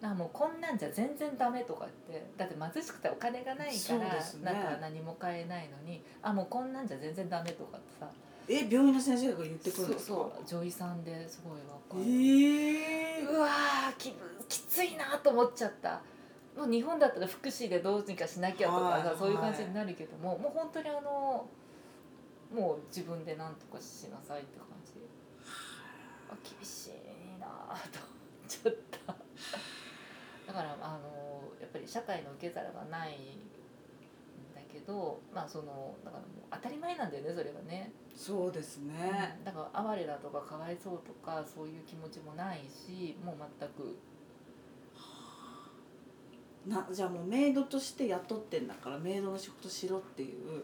S2: だからもうこんなんじゃ全然ダメとかってだって貧しくてお金がないか
S1: そう
S2: ら、
S1: ですね
S2: なんか何も買えないのにあもうこんなんじゃ全然ダメとかってさ
S1: え病院の先生が言ってく
S2: そ
S1: るん
S2: う
S1: ですか。
S2: そう女医さんですごい若い、
S1: ええ
S2: うわーききついなと思っちゃったもう日本だったら福祉でどうにかしなきゃとか
S1: はい
S2: さ、
S1: はい
S2: そういう感じになるけどももう本当にあのもう自分で何とかしなさいって感じあ厳しいなあと思っちゃっただからあのやっぱり社会の受け皿がないんだけどまあそのだからもう当たり前なんだよねそれがね
S1: そうですね。
S2: うんだから哀れだとかかわいそうとかそういう気持ちもないしもう全く
S1: なじゃあもうメイドとして雇ってんだからメイドの仕事しろっていう。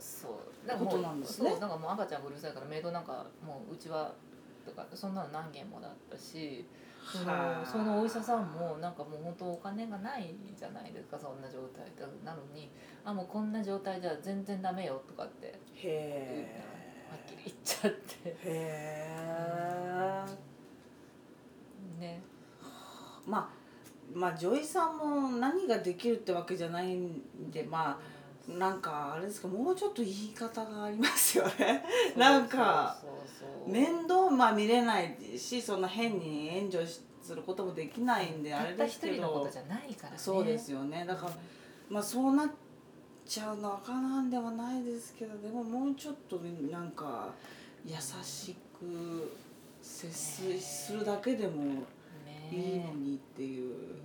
S2: そうだからも
S1: ことなん
S2: う
S1: ですね
S2: そうなんかもう赤ちゃんがうるさいからメイドなんかもううちはとかそんなの何件もだったしそ
S1: は
S2: の
S1: あ
S2: そのお医者さんもなんかもう本当お金がないじゃないですかそんな状態でなのにあもうこんな状態じゃ全然ダメよとかって
S1: へ
S2: はっきり
S1: え。
S2: 言っちゃって
S1: へえ。
S2: ね
S1: まあ。まあ女医さんも何ができるってわけじゃないんでまあなんかあれですかもうちょっと言い方がありますよ ね
S2: そう
S1: なんか
S2: そうそうそう
S1: 面倒まあ見れないしそんな変に援助しすることもできないんで
S2: た
S1: あれ
S2: った
S1: です
S2: 一
S1: け
S2: 人のこ
S1: ど
S2: とじゃないからね
S1: そうですよねだから、まあそうなっちゃうのはかなんではないですけどでももうちょっとなんか優しく接すするだけでも
S2: ね
S1: いいのにっていう
S2: う、ん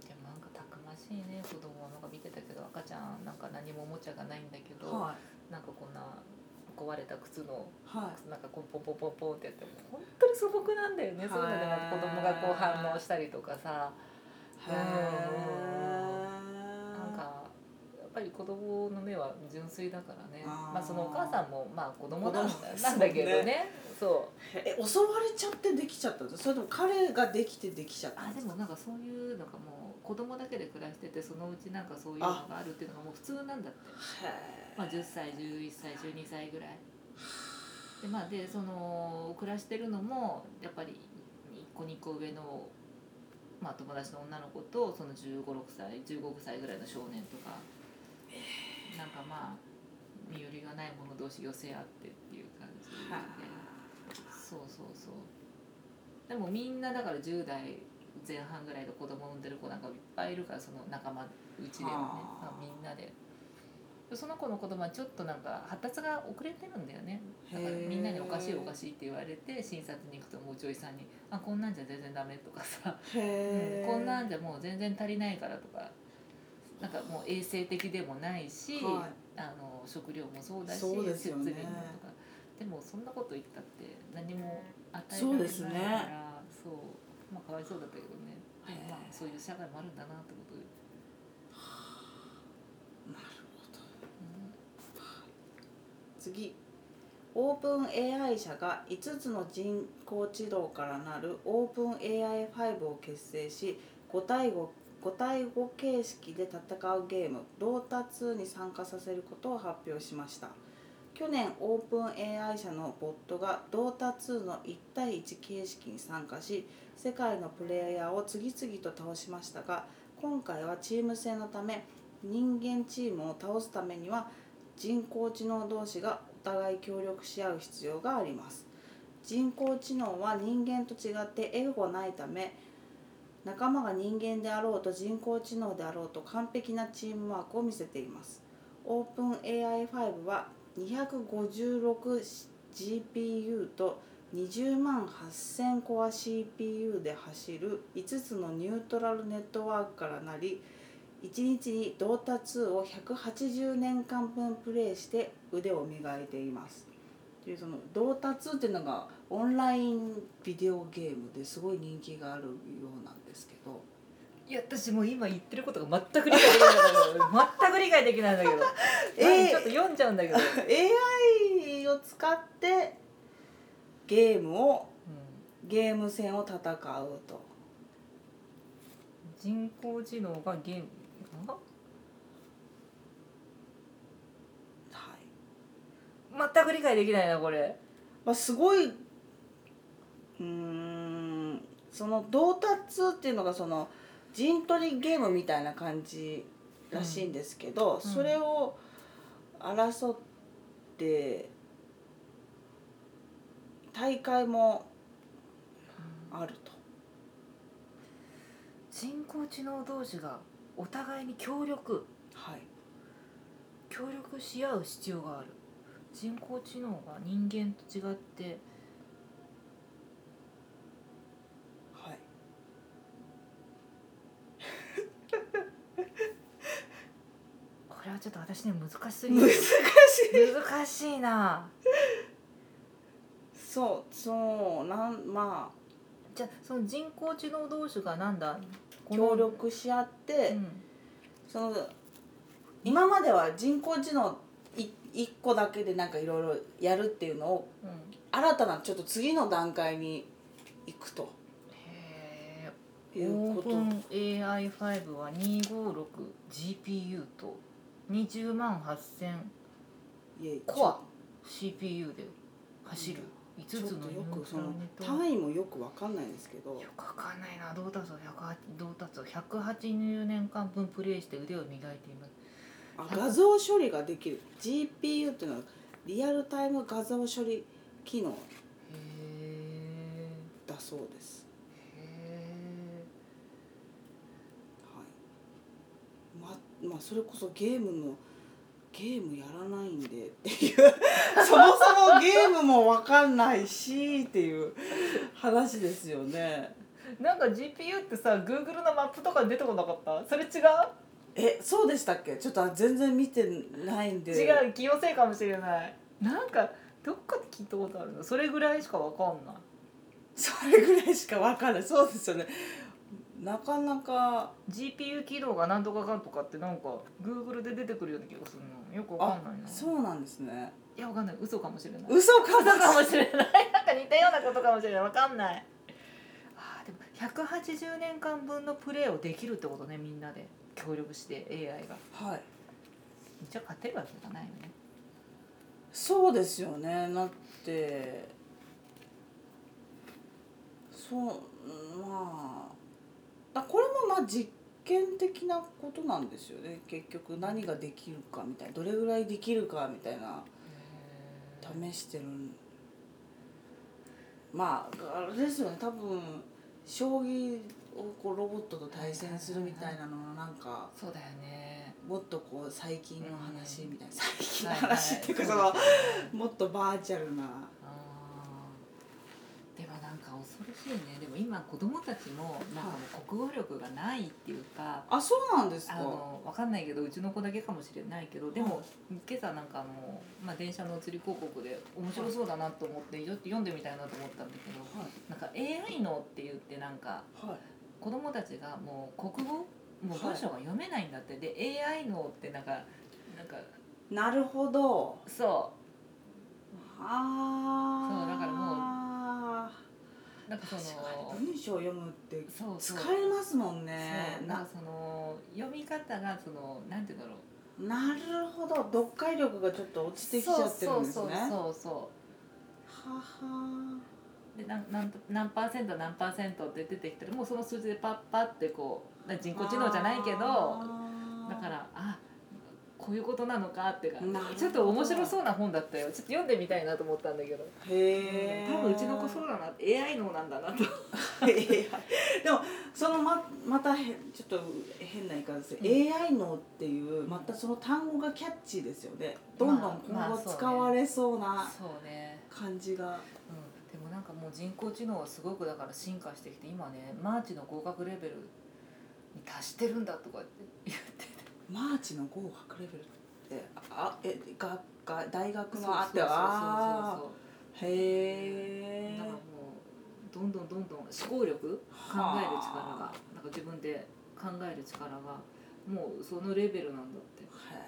S2: でもなんかたくましいね子供はなんか見てたけど赤ちゃんなんか何もおもちゃがないんだけど、
S1: はい
S2: なんかこんな壊れた靴の
S1: は
S2: なんかこうポンポンポンポンってやっても本当に素朴なんだよね、
S1: はい
S2: そういうのでなんか子供がこう反応したりとかさ
S1: い
S2: なん
S1: へ
S2: かやっぱり子供の目は純粋だからね
S1: あー
S2: まあそのお母さんもまあ子供なんだ
S1: 子供ですも
S2: なん
S1: ね
S2: んだけどねそう
S1: ええ襲われちゃってできちゃったんですかそれとも彼ができてできちゃった
S2: あ
S1: んで
S2: です
S1: か
S2: もなんかそういうのがもう子供だけで暮らしててそのうちなんかそういうのがあるっていうのがもう普通なんだって。
S1: へー
S2: まあ、10歳11歳12歳ぐらいで,、まあ、でその暮らしてるのもやっぱり1個2個上の、まあ、友達の女の子とその1 5六6歳1 5歳ぐらいの少年とかなんかまあ身寄りがない者同士寄せ合ってっていう感じで
S1: は
S2: そうそうそうでもみんなだから10代前半ぐらいの子供産んでる子なんかいっぱいいるからその仲間うちではね
S1: あー
S2: まあみんなでその子の子供はちょっとなんか発達が遅れてるんだよねだから
S1: へー
S2: みんなに「おかしいおかしい」って言われて診察に行くともう女医さんに「あこんなんじゃ全然ダメ」とかさ
S1: へ
S2: うん
S1: え、
S2: こんなん
S1: で
S2: じゃもう全然足りないからとかなんかもう衛生的でもないし、
S1: はい
S2: あの食料もそうだし
S1: そうですよね
S2: 設備もとかでもそんなこと言ったって何も与え
S1: そう
S2: られな
S1: で
S2: い
S1: す
S2: か
S1: ね
S2: らそうまあかわいそうだったけどねでもまあ
S1: へえ
S2: そういう社会もあるんだなってことで、
S1: なるほど
S2: うん
S1: 次オープン AI 社が5つの人工知能からなるオープン AI5 を結成し5対 5, 5対5形式で戦うゲーム「ロータ2」に参加させることを発表しました去年オープン AI 社のボットが「ロータ2」の1対1形式に参加し世界のプレイヤーを次々と倒しましたが今回はチーム戦のため人間チームを倒すためには人工知能同士がお互い協力し合う必要があります人工知能は人間と違ってエゴないため仲間が人間であろうと人工知能であろうと完璧なチームワークを見せていますオープン AI5 は 256GPU と20万8000コア CPU で走る5つのニュートラルネットワークからなり1日にドータ2を180年間分プレイして腕を磨いていますっていうそのドータ2っていうのがオンラインビデオゲームですごい人気があるようなんですけど
S2: いや私もう今言ってることが全く理解できないんだけど全く理解できないん だけど、
S1: えー
S2: ちょっと読んじゃうんだけど、うん
S1: AI を使ってゲームをゲーム戦を戦うと
S2: 人工知能がゲームあ
S1: はい
S2: 全く理解できないなこれ
S1: まあ、すごいうーんその同達っていうのがその陣取りゲームみたいな感じらしいんですけど、それを争って大会もあると。
S2: 人工知能同士がお互いに協力
S1: はい
S2: 協力し合う必要がある人工知能が人間と違って
S1: はい
S2: これはちょっと私には難しすぎ
S1: 難
S2: る
S1: しい
S2: 難しいな
S1: そうそうなんまあ
S2: じゃあその人工知能同士がなんだこの
S1: 協力し合って、
S2: うん
S1: その今までは人工知能い一個だけでなんかいろいろやるっていうのを
S2: うん
S1: 新たなちょっと次の段階に行くと
S2: へ
S1: い
S2: え
S1: う
S2: オ
S1: こと
S2: ープン AI5 は 256GPU と20万
S1: いえ
S2: コア 8000CPU で走る5
S1: ちょ
S2: つ
S1: ちょ
S2: の
S1: っとよ
S2: ニュー
S1: く
S2: ト
S1: そ
S2: ラル
S1: の
S2: ネットワー
S1: 単位もよくわかんないんですけど
S2: クよくわかんないな同達を108同達を180年間分プレイして腕を磨いています
S1: あ画像処理ができる GPU っていうのはリアルタイム画像処理機能
S2: へえ
S1: だそうです、
S2: へ
S1: はい、ままあそれこそゲームのゲームやらないんでっていう そもそもゲームもわかんないしっていう話ですよね
S2: えなんか GPU ってさ Google のマップとかに出てこなかったそれ違
S1: えそうでしたっけちょっと全然見てないんで
S2: う違う気のせいかもしれないなんかどっかで聞いたことあるのそれぐらいしかわかんない
S1: それぐらいしかわかんないそうですよねなかなか
S2: GPU 起動がなんとかかんとかってなんか Google で出てくるような気がするのよくわかんないな
S1: そうなんですね
S2: いやわかんない嘘かもしれない
S1: 嘘か
S2: 嘘か
S1: も
S2: もしれないなんか似たようなことかもしれないわかんないあーでも180年間分のプレーをできるってことねみんなで協力して AI が
S1: はい
S2: じゃあ勝てるわけがないよね
S1: そうですよねだってそううんまあだこれもまあ実験的なことなんですよね結局何ができるかみたいなどれぐらいできるかみたいな試してるんまああれですよね多分将棋をこうロボットと対戦するみたいなののなんか
S2: そうだよね
S1: もっとこう最近の話みたいな最近の
S2: はいはい
S1: 話っていうかそのもっとバーチャルな
S2: あーでもなんなんか恐ろしいねでも今子供たちもなんかもう国語力がないっていうか
S1: あそうなんですか
S2: あのわかんないけどうちの子だけかもしれないけどでも今朝なんかあの、まあ、電車の映り広告で面白そうだなと思ってちょっと読んでみたいなと思ったんだけど
S1: は
S2: なんか AI のって言ってなんか
S1: いはい
S2: 子供たちがもう国語もう文章が読めないんだって、で AI のってなんかなんか
S1: なるほど
S2: そ
S1: ああ
S2: そうだからもう
S1: も
S2: うなんかその
S1: 確かに文章を読むって
S2: そう
S1: 使
S2: そう
S1: えますもんね
S2: そうなん
S1: な
S2: かその読み方がそのなんて言うんだ
S1: な
S2: ろう
S1: るほど読解力がちょっと落ちてきちゃってるんですね
S2: そうそう
S1: は
S2: そうそう
S1: は
S2: でなんなん何パーセント何パーセントって出てきたらもうその数字でパッパってこう人工知能じゃないけどだからあこういうことなのかっていうか
S1: なるほど
S2: ちょっと面白そうな本だったよちょっと読んでみたいなと思ったんだけど、
S1: へえ
S2: 多分うちの子そうだな AI 能なんだなと
S1: AI でもそのままたへちょっと変な言い方ですけど、AI のっていうまたその単語がキャッチーですよねどんどん
S2: まあ
S1: 今
S2: まあ
S1: 後
S2: そうね
S1: 使われそうな
S2: そうね、
S1: 感じが
S2: うん、でもなんかもう人工知能はすごくだから進化してきて今ねマーチの合格レベルに達してるんだとかって言って
S1: マーチの合格レベルってあえがが大学のあって
S2: そう
S1: あ
S2: そうそうそ
S1: ー
S2: う
S1: へえ
S2: だからもうどんどんどんどん思考力考える力が
S1: はあ
S2: なんか自分で考える力がもうそのレベルなんだってだから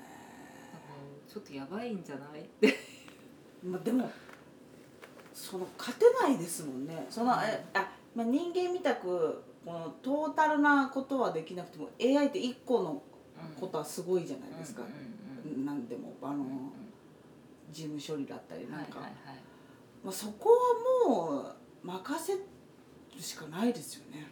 S2: ちょっとやばいんじゃないって
S1: まあ、でもその勝てないですもんねその、
S2: うん
S1: えあまあ、人間みたくこのトータルなことはできなくても AI って一個のことはすごいじゃないですか
S2: うん、うん
S1: 何でもあの、
S2: うんうん
S1: 事務処理だったり
S2: うん
S1: なんか、
S2: はいはいはい
S1: まあ、そこはもう任せるしかないですよね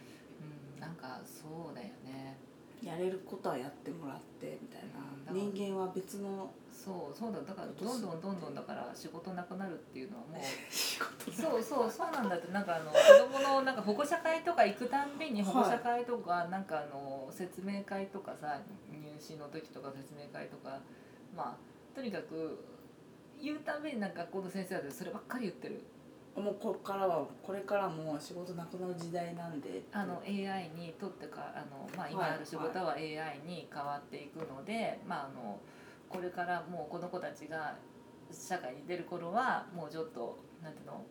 S2: うんなんかそうだよね
S1: やれることはやってもらってみたい
S2: うん
S1: な、
S2: だから
S1: 人間は別の
S2: そうそうだだからどんどんどんどんだから仕事なくなるっていうのはもう
S1: 仕事だ
S2: そうそうそうなんだってなんかあの子供のなんか保護者会とか行くたんびに
S1: はい
S2: 保護者会とか、なんかあの説明会とかさ入試の時とか説明会とかまあとにかく言うたんびになんか学校の先生だってそればっかり言ってる
S1: もうこっからはこれからも仕事なくなる時代なんで
S2: あの AI にとってかあの、まあ、今
S1: はい
S2: ある仕事は AI に変わっていくので、まあ、あのこれからもうこの子たちが社会に出る頃はもうちょっとなんていうの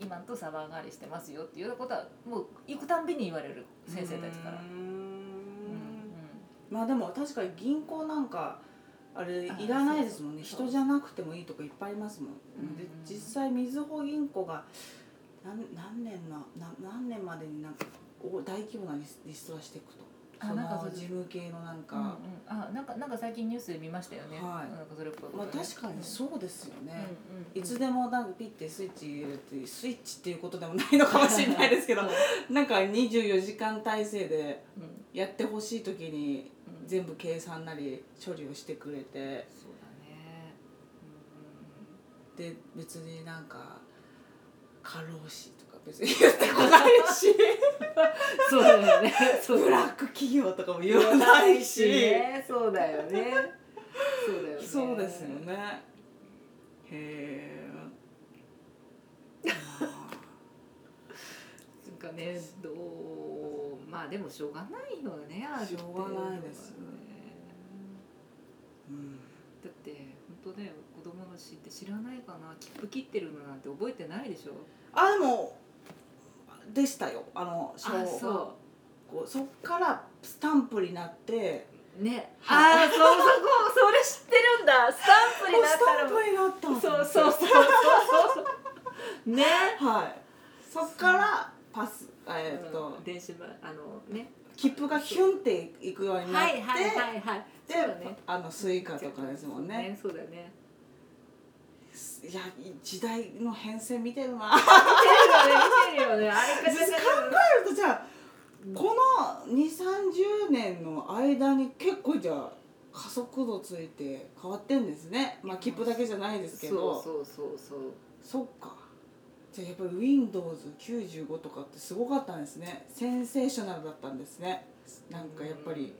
S2: 今と差ば上がりしてますよっていうようなことはもう行くたんびに言われる先生たちから。
S1: うー
S2: うん
S1: ん
S2: う
S1: まあでも確かに銀行なんかあれ
S2: あ
S1: いらないですもんね
S2: そうそう
S1: 人じゃなくてもいいとこいっぱいいますもん、
S2: うん
S1: で実際みずほ銀行が何何年なな何年までになんかお大規模なリスリストラしていくと
S2: あ
S1: そ
S2: なんかそ
S1: の
S2: う
S1: 事務系のなんか、
S2: んうんあなんかなんか最近ニュースで見ましたよね。
S1: はい
S2: なんかそれっぽいこと
S1: まあ
S2: ね
S1: 確かにそうですよね、
S2: うんうんうん
S1: いつでもなんかピッてスイッチ入れるっていうスイッチっていうことでもないのかもしれないですけど
S2: そう
S1: なんか24時間体制で
S2: うんう
S1: やってほしい時に
S2: ん
S1: 全部計算なり処理をしてくれて
S2: そうだね。うん
S1: で別になんか過労死とか別に言ってこないし
S2: そうだよね。そう
S1: ブラック企業とかも言わないし
S2: ね、そうだよね。そうだよね。
S1: そうですよ。ねへえ
S2: なんかね、どう、まあでもしょうがないのよね。ある程度はね
S1: しょうがないですよねうん
S2: だって本当だよ子供の死って知らないかな切符切ってるのなんて覚えてないでしょ
S1: あでもでしたよあの小
S2: あ
S1: 学
S2: そ
S1: 校そっからスタンプになって
S2: うね
S1: は
S2: あーそうそこそれ知ってるんだスタンプに
S1: もう
S2: なっ
S1: ス
S2: た
S1: タ
S2: ら
S1: ンプになったんです
S2: そう
S1: よ
S2: そうそうそうそうそうね
S1: はいそっからパスえーっと、
S2: うん電子版あのね
S1: 切符がヒュンっていくようになっ
S2: は
S1: て、
S2: いはいはいはい
S1: で、
S2: そうだね
S1: あのスイカとかですもんね
S2: そうだね
S1: いや時代の変遷見てるな考
S2: 見てるよね見てるよねあれ
S1: 考えるとじゃあこの2 3 0年の間に結構じゃあ加速度ついて変わってんですねまあ切符だけじゃないですけどそ
S2: そうそうそうそう
S1: っかじゃあやっぱり Windows95 とかってすごかったんですねセンセーショナルだったんですねなんかやっぱり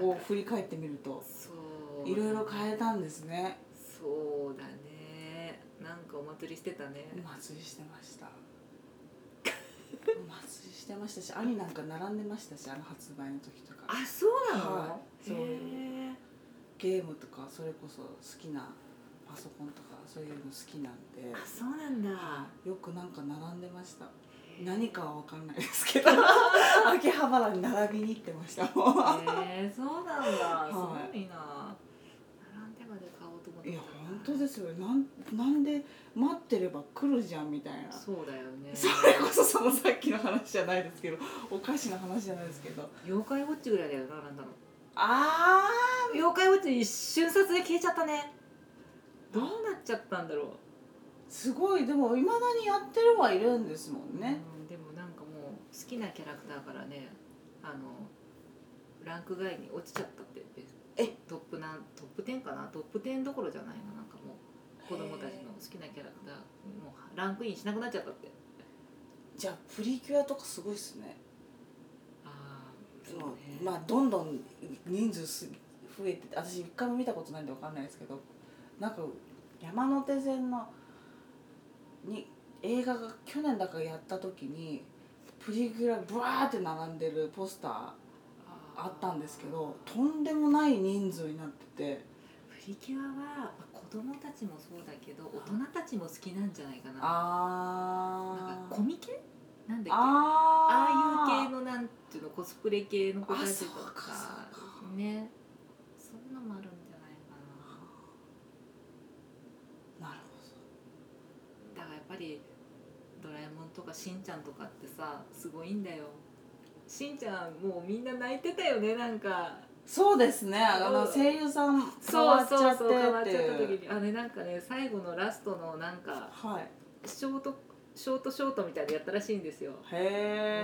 S1: こう振り返ってみると
S2: そう
S1: いろいろ変えたんですね
S2: そうだねなんかお祭りしてたね
S1: お祭りしてましたお祭りしてましたし兄なんか並んでましたしあの発売の時とか
S2: あそうなの、
S1: はいそう
S2: へえ
S1: ゲームとかそれこそ好きなパソコンとかそういうの好きなんで
S2: あそうなんだ
S1: はいよくなんか並んでました何かは分かんないですけど秋葉原に並びに行ってましたもう
S3: えー、そうなんだ。すご
S1: はい
S3: な。
S2: 並んでまで買おうと思って
S1: い
S2: た
S1: や本当ですよなんなんで待ってれば来るじゃんみたいな
S3: そうだよね。
S1: それこそそのさっきの話じゃないですけどおかしな話じゃないですけど
S2: 妖怪ウォッチぐらいだよなあなたの
S1: あ
S2: 妖怪ウォッチ一瞬撮で消えちゃったねどうなっちゃったんだろ
S1: ーすごいでもいまだにやってるはいるんですも
S2: うん
S1: ね、
S2: うんでもなんかもう好きなキャラクターからねあのランク外に落ちちゃったって
S1: え
S2: トップなんトップ10かなトップ10どころじゃないななんかもう子供たちの好きなキャラクターもうランクインしなくなっちゃったって
S1: じゃあプリキュアとかすごいっすね
S2: ああ
S1: もうまあどんどん人数す増えてて私一回も見たことないんでわかんないですけどなんか山手線のに映画が去年だからやった時にプリキュアブワーって並んでるポスターあったんですけどとんでもない人数になってて
S2: プリキュアはまあ子供たちもそうだけど大人たちも好きなんじゃないかななん
S1: あ
S2: かコミケなんだっけあ
S1: あ
S2: あいう
S1: あ
S2: 系のなんていうのコスプレ系の子たちと
S1: あそうか
S2: か
S1: そう
S2: ねそんなのもあるんじゃないかな
S1: なる
S2: だからやっぱり「ドラえもん」とか「しんちゃん」とかってさすごいんだよしんちゃんもうみんな泣いてたよねなんか
S1: そうですねあの声優さん変わ
S2: そう
S1: っちゃ
S2: そう
S1: って
S2: そう変わっ
S1: って
S2: ちゃった
S1: い
S2: 時
S1: う
S2: にあれなんかね最後のラストのなんか
S1: はい
S2: ショートショートショートみたいでやったらしいんですよ
S1: へ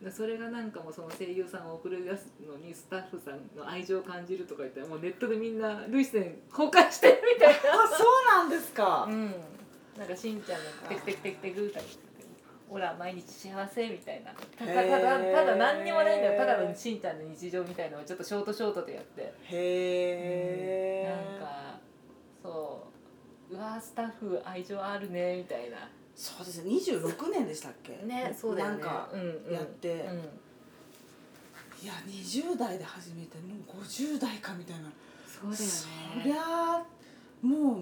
S1: え、
S2: でそれがなんかもうその声優さんを送り出すのにスタッフさんの愛情を感じるとか言ってもうネットでみんな涙腺崩壊してるみたい
S1: あそうなんですか
S3: う、ん。なんかしんちゃんのテクテクテクテク歌に。ほら毎日幸せみたいなただただ
S1: へー
S3: ただ何にもないんだよただのしんちゃんの日常みたいなのをちょっとショートショートでやって
S1: へえ、
S3: なんかそううわースタッフ愛情あるねみたいな
S1: そうですね26年でしたっけなんか
S3: うんうん、
S1: やって、
S3: うん、
S1: いや20代で始めてもう50代かみたいな
S2: そうだ
S1: そ
S2: よ
S1: り
S2: ね
S1: ゃもう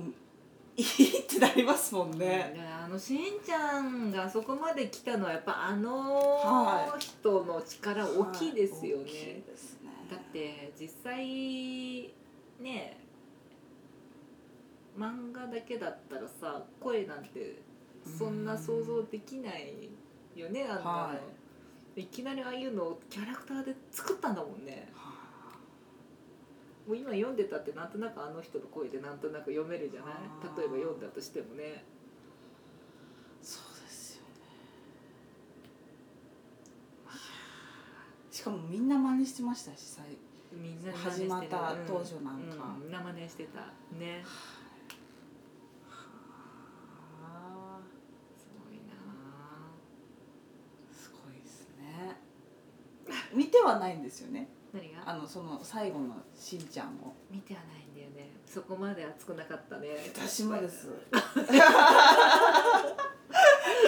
S1: いいってなりますもんね、
S2: うんあのしんちゃんがあそこまで来たのはやっぱあ
S1: は
S2: の人の力大きいですよね、
S1: 大きいですね
S2: だって実際ね漫画だけだったらさ声なんてそんな想像できないよねあんなの、、
S1: はい
S2: きなりああいうのをキャラクターで作ったんだもんね
S1: は
S2: もう今読んでたってなんとなくあの人の声でなんとなく読めるじゃない
S1: あー
S2: 例えば読んだとしてもね
S1: あそうですよねしかもみんな真似してましたし最
S2: みんな真似して
S1: 始
S2: る
S1: まった
S2: うん
S1: 当初なんか
S2: うんみんな真似してたね
S1: はあ
S2: すごいな
S1: すごいですね。見てはないんですよね。
S2: 何が
S1: あのその最後のしんちゃんを。
S2: 見てはないんだよねそこまで熱くなかったね
S1: 私もです。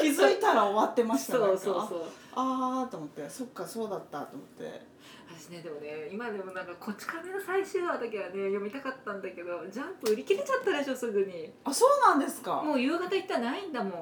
S1: 気づいたら終わってました。
S2: そうそう
S1: う。
S2: そう
S1: ああーと思って、そっかそうだったと思って。
S2: 私ねでもね今でもなんかこち亀の最終話だけはね読みたかったんだけどジャンプ売り切れちゃったでしょすぐに
S1: あそうなんですか。
S2: もう夕方行ったらないんだもん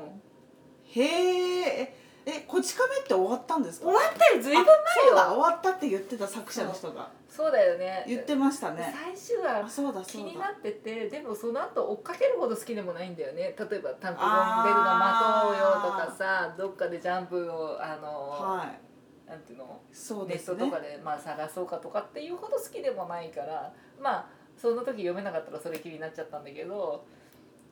S1: へえ。えこち亀って終わったんですか。
S2: 終わったよ随
S1: あ
S2: 分
S1: そうだ終わったって言ってた作者の人が
S3: そうだよね
S1: 言ってましたね。
S3: 最終
S1: あ
S3: 話
S1: そうだ
S3: 気
S1: そう
S3: に
S1: だ
S3: な。っててでもその後追っかけるほど好きでもないんだよね例えば「タンクロンベルの
S1: あ
S3: 待
S1: ー
S3: とうよ」とかさどっかでジャンプをあの、
S1: はい。
S3: なんていうの
S1: そう
S3: ネ
S1: で
S3: ッ
S1: す
S3: ト
S1: ね。
S3: とかで、まあ、探そうかとかっていうほど好きでもないからまあその時読めなかったらそれ気になっちゃったんだけど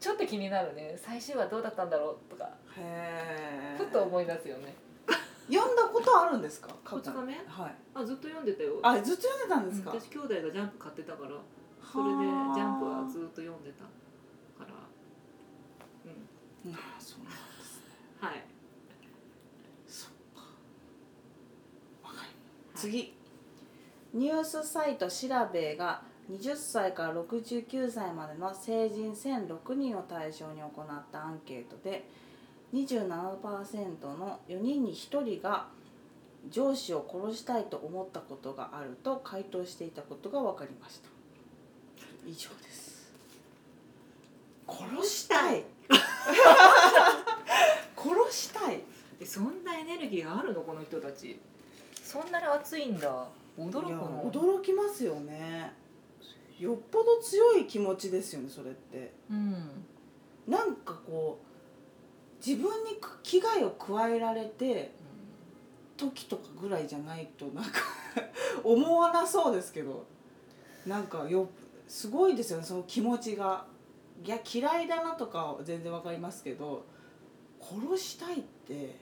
S3: ちょっと気になるね最終話どうだったんだろうとか
S1: へえ。
S3: ふと思い出すよね。
S1: 読んだことあるんですか。過去
S2: こち亀
S1: はい。
S2: あずっと読んでたよ
S1: あ、ずっと読んでたんですか。
S2: 私兄弟がジャンプ買ってたからそれでジャンプはずっと読んでたからう
S1: うんあそうなんですね。
S2: んはい
S1: そっか。わかりました次。ニュースサイト調べが20歳から69歳までの成人1006人を対象に行ったアンケートで27%の4人に1人が上司を殺したいと思ったことがあると回答していたことが分かりました以上です殺したい 殺したい
S2: えそんなエネルギーがあるのこの人たち
S4: そんなに熱いんだ驚く
S1: いや
S4: の
S1: 驚きますよねよっぽど強い気持ちですよねそれって
S4: うん
S1: なんかこう自分に危害を加えられて時とかぐらいじゃないとなんか 思わなそうですけどなんかよすごいですよねその気持ちがいや嫌いだなとかは全然わかりますけど殺したいって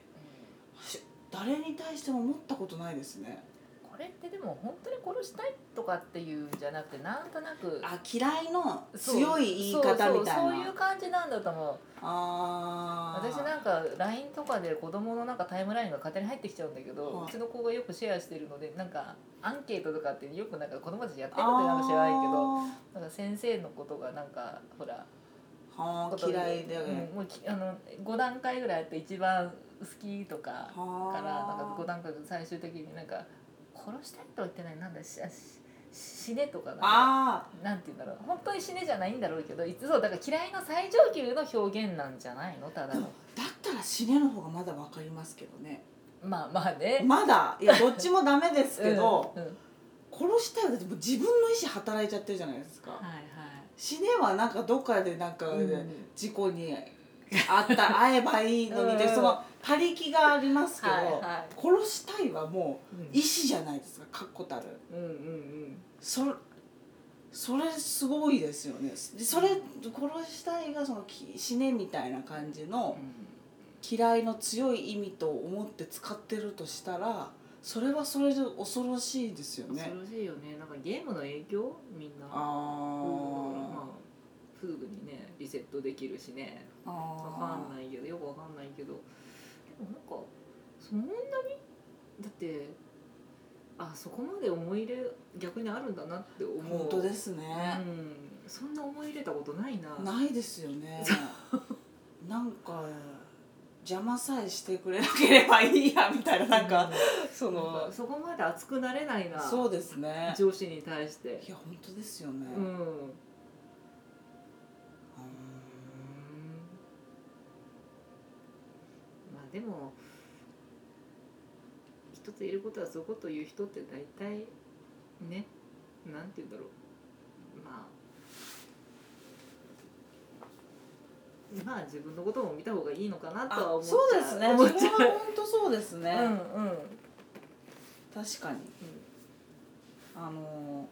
S1: 私誰に対しても思ったことないですね
S4: これってでも本当に殺したいとかっていうんじゃなくてなんとなく
S1: あ嫌いの
S4: そう
S1: 強い言い方みたい
S4: そ
S1: な
S4: うそうそういう感じなんだと思う
S1: あー
S4: 私なんか LINE とかで子供のなんかタイムラインが勝手に入ってきちゃうんだけど、
S1: はいう
S4: ちの子がよくシェアしてるのでなんかアンケートとかってよくなんか子供たちやってることなんか知らないけどなんか先生のことがなんかほら
S1: あーはあ嫌いだよね
S4: うん、もうきあの5段階ぐらいあって一番好きとか
S1: は
S4: か
S1: あ
S4: らなんか5段階で最終的になんか殺したいとは言ってないなんだしあし死ねとかなんか
S1: あ
S4: なんて言うんだろう本当に死ねじゃないんだろうけどいつそうだから嫌いの最上級の表現なんじゃないのた
S1: ー
S4: だ
S1: で
S4: の
S1: もだったら死ねの方がまだわかりますけどね
S4: まあまあね。
S1: まだいやどっちもダメですけど、
S4: うんうん
S1: 殺したいだってもう自分の意思働いちゃってるじゃないですか、
S2: はいはい
S1: 死ねはなんかどっかでなんか
S4: うん
S1: 事故にあ った会えばいいのにで
S4: うん
S1: その他力がありますけど、
S4: はいは
S1: 殺したいはもう意思じゃないですか確固たる
S4: うんうんうん
S1: それそれすごいですよねそれ殺したいがそのき死ねみたいな感じの嫌いの強い意味と思って使ってるとしたらそれはそれで恐ろしいですよ
S2: うん
S1: ね
S2: 恐ろしいよねなんかゲームの影響みんなうんだから
S1: あ
S2: まあすぐにねリセットできるしね
S1: ー
S2: わか
S1: あ
S2: んないけどよくわかんないけどでもなんかそんなにだってあそこまで思い入れ逆にあるんだなって思
S1: ー
S2: う
S1: 本当ですね、
S2: うん、そんな思い入れたことないな
S1: ないですよねなんか邪魔さえしてくれなければいいやみたいななんか、そ
S2: うんなん
S1: の
S2: かそこまで熱くなれないな
S1: そうですね
S2: 上司に対して
S1: いや本当ですよね、
S2: うん、
S1: うん
S2: まあでも一ついることはそういうことを言う人って大体ねなんて言うんだろうまあまあ自分のことも見た方がいいのかなとは
S1: あ
S2: 思っちゃ
S1: そうですね
S2: 思
S1: そ
S2: っ
S1: れ
S2: ちゃう
S1: は本当そうですね、
S4: うんうん
S1: 確かにあの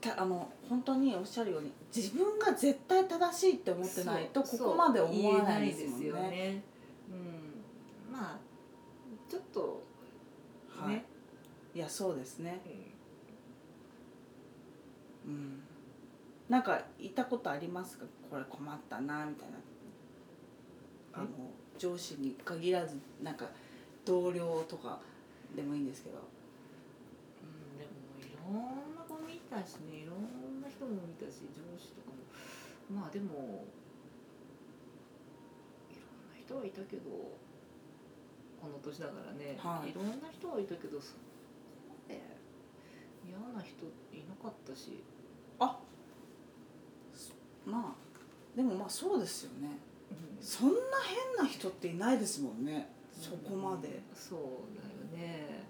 S1: ーたあの本当におっしゃるように自分が絶対正しいって思ってないとこ
S2: そう
S1: こまで思わないです
S2: そう
S1: もん
S2: 言え
S1: ね。
S2: ないですよねうん、まあちょっと
S1: はい、
S2: ね、
S1: いやそうですね。
S2: うん
S1: うん、なんかいたことありますかこれ困ったなみたいなあの上司に限らずなんか同僚とかでもいいんですけど。
S2: うんでもいろんな子見たしねいろんな人も見たし上司とかもまあでもいろんな人はいたけどこの年だからね、
S1: はい
S2: い、ろんな人はいたけどそこまで嫌な人いなかったし
S1: まあでもまあそうですよね
S2: うん
S1: そんな変な人っていないですもんねそこまで
S2: うんそうだよね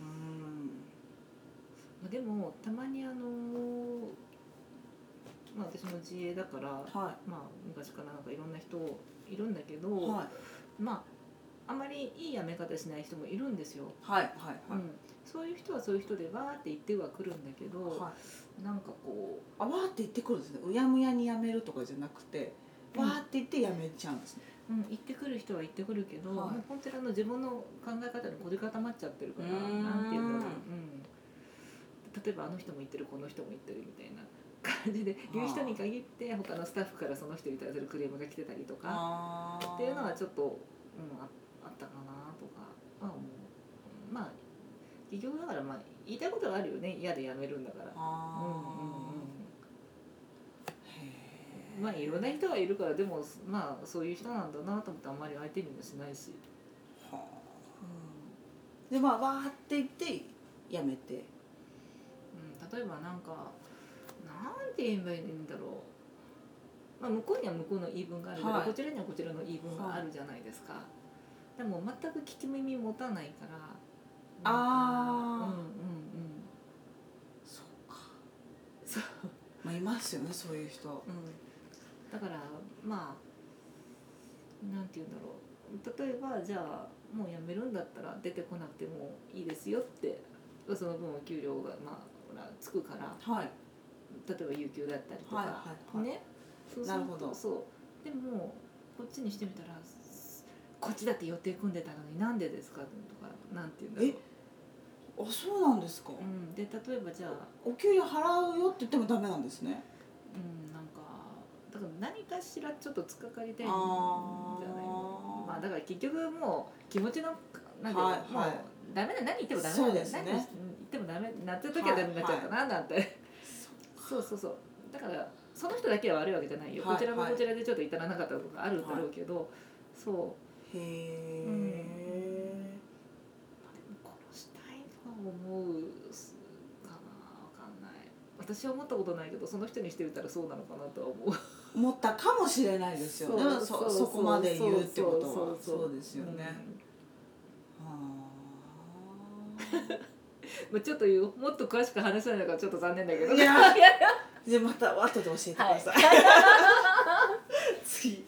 S1: うん
S2: まあでもたまにあのまあ私も自営だから
S1: は
S2: まあ昔からなんかいろんな人いるんだけど、
S1: いはい
S2: まああまりいい辞め方しない人もいるんですよ、
S1: はいはいは
S2: うん、そういう人はそういう人でわーって言ってはくるんだけど、
S1: いはい
S2: なんかこ
S1: あわーって言ってくるんですねうやむやにやめるとかじゃなくて
S2: うん
S1: わーって言ってやめちゃうんですね
S2: う、うん、言ってくる人は言ってくるけ
S1: は
S2: ど、
S1: い
S2: もう本当にあの自分の考え方に凝り固まっちゃってるから
S1: うーん
S2: なんて言うんだろう、うん、例えばあの人も言ってるこの人も言ってるみたいな感じで言う人に限って他のスタッフからその人に対するクレームが来てたりとか。
S1: あー
S2: っていうのはちょっと、うん、ああったかなとかまあもうまあ結局だからまあ言いたいことがあるよね嫌でやめるんだから。うんうん
S1: あーへ
S2: うん
S5: ま
S2: まあいろんな人がいるからでもまあそういう人なんだなと思ってあんまり相手にもしないし
S1: はあでまあわーって言ってやめて
S2: うん、例えばなんかなんて言えばいいんだろう、まあ、向こうには向こうの言い分があるけど、
S1: はい
S2: こちらにはこちらの言い分があるじゃないですか、でも全く聞き耳持たないからなんか
S1: あー
S2: うんうんうん
S1: そうか
S2: そう、
S1: まあ、いますよねそういう人
S2: うん、だからまあなんて言うんだろう例えばじゃあもう辞めるんだったら出てこなくてもいいですよってその分お給料がまあほらつくから
S1: はい
S2: 例えば有給だったりとか、
S1: はいはいはい
S2: ねそうす
S1: な
S2: る
S1: るほど
S2: とそうでもこっちにしてみたらすこっちだって予定組んでたのになんでですかとかなんていうんだろう
S1: え、あそうなんですか、
S2: うん、で例えばじゃあ、
S1: お給料払うよって言ってもダメなんですね
S2: うん、なんかだから何かしらちょっとつっかかりたいんじゃない
S1: あ
S2: のまあ
S1: あ
S2: だから結局もう気持ちのなんていうの、
S1: はいはい
S2: もうダメだ何言ってもダメだ
S1: そうですね
S2: 何言ってもダメなってる時はダメになっちゃったななんて、そうそうそうだからその人だけは悪いわけじゃないよ、
S1: はい
S2: こちらもこちらでちょっと至らなかったことがあるんだろうけど、そう
S1: へえ
S2: 殺したいとは思うかなわかんない私は思ったことないけどその人にしてみたらそうなのかなとは思う
S1: 思ったかもしれないですよね
S2: そう
S1: そ
S2: そう
S1: そこまで言うってこと
S2: そう
S1: は
S2: そうそう
S1: そうですよね、は
S2: うんまあちょっと言うもっと詳しく話せないのがちょっと残念だけど
S1: いやあでまた後で教えてください、 次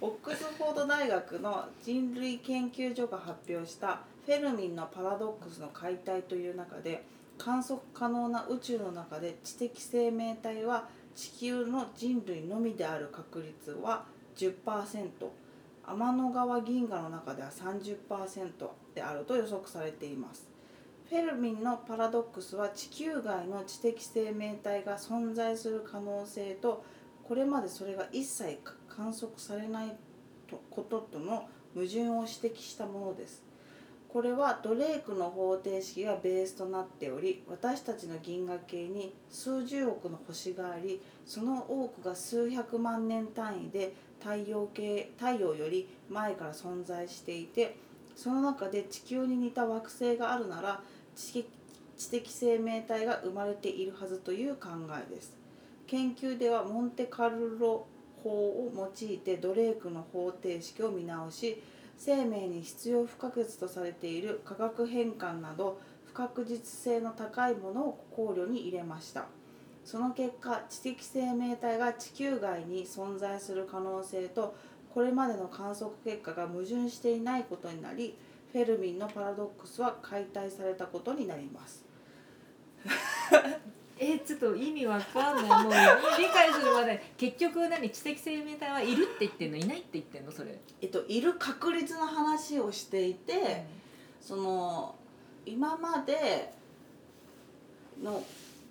S1: オックスフォード大学の人類研究所が発表したフェルミンのパラドックスの解体という中で観測可能な宇宙の中で知的生命体は地球の人類のみである確率は10%天の川銀河の中では30%であると予測されていますフェルミンのパラドックスは地球外の知的生命体が存在する可能性とこれまでそれが一切観測されないとこととの矛盾を指摘したものですこれはドレイクの方程式がベースとなっており私たちの銀河系に数十億の星がありその多くが数百万年単位で太陽系太陽より前から存在していてその中で地球に似た惑星があるなら知的知的生命体が生まれているはずという考えです研究ではモンテカルロ法を用いてドレイクの方程式を見直し生命に必要不可欠とされている化学変換など不確実性の高いものを考慮に入れましたその結果知的生命体が地球外に存在する可能性とこれまでの観測結果が矛盾していないことになりフェルミンのパラドックスは解体されたことになります
S2: えちょっと意味わかんないもう理解するまで結局何知的生命体はいるって言ってんのいないって言ってんのそれ、
S1: えっと、いる確率の話をしていて、その今までの、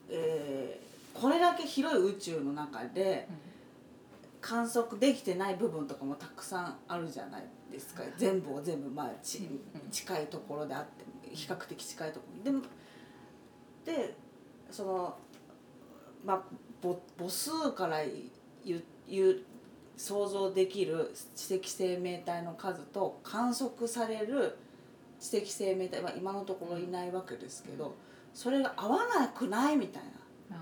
S1: えーこれだけ広い宇宙の中で観測できてない部分とかもたくさんあるじゃないですか全部を全部まあち、
S2: うん
S1: 近いところであって比較的近いところでもでそのまあ母母数から言う言う想像できる知的生命体の数と観測される知的生命体は今のところいないわけですけど、
S2: うん
S1: それが合わなくないみたい
S2: あ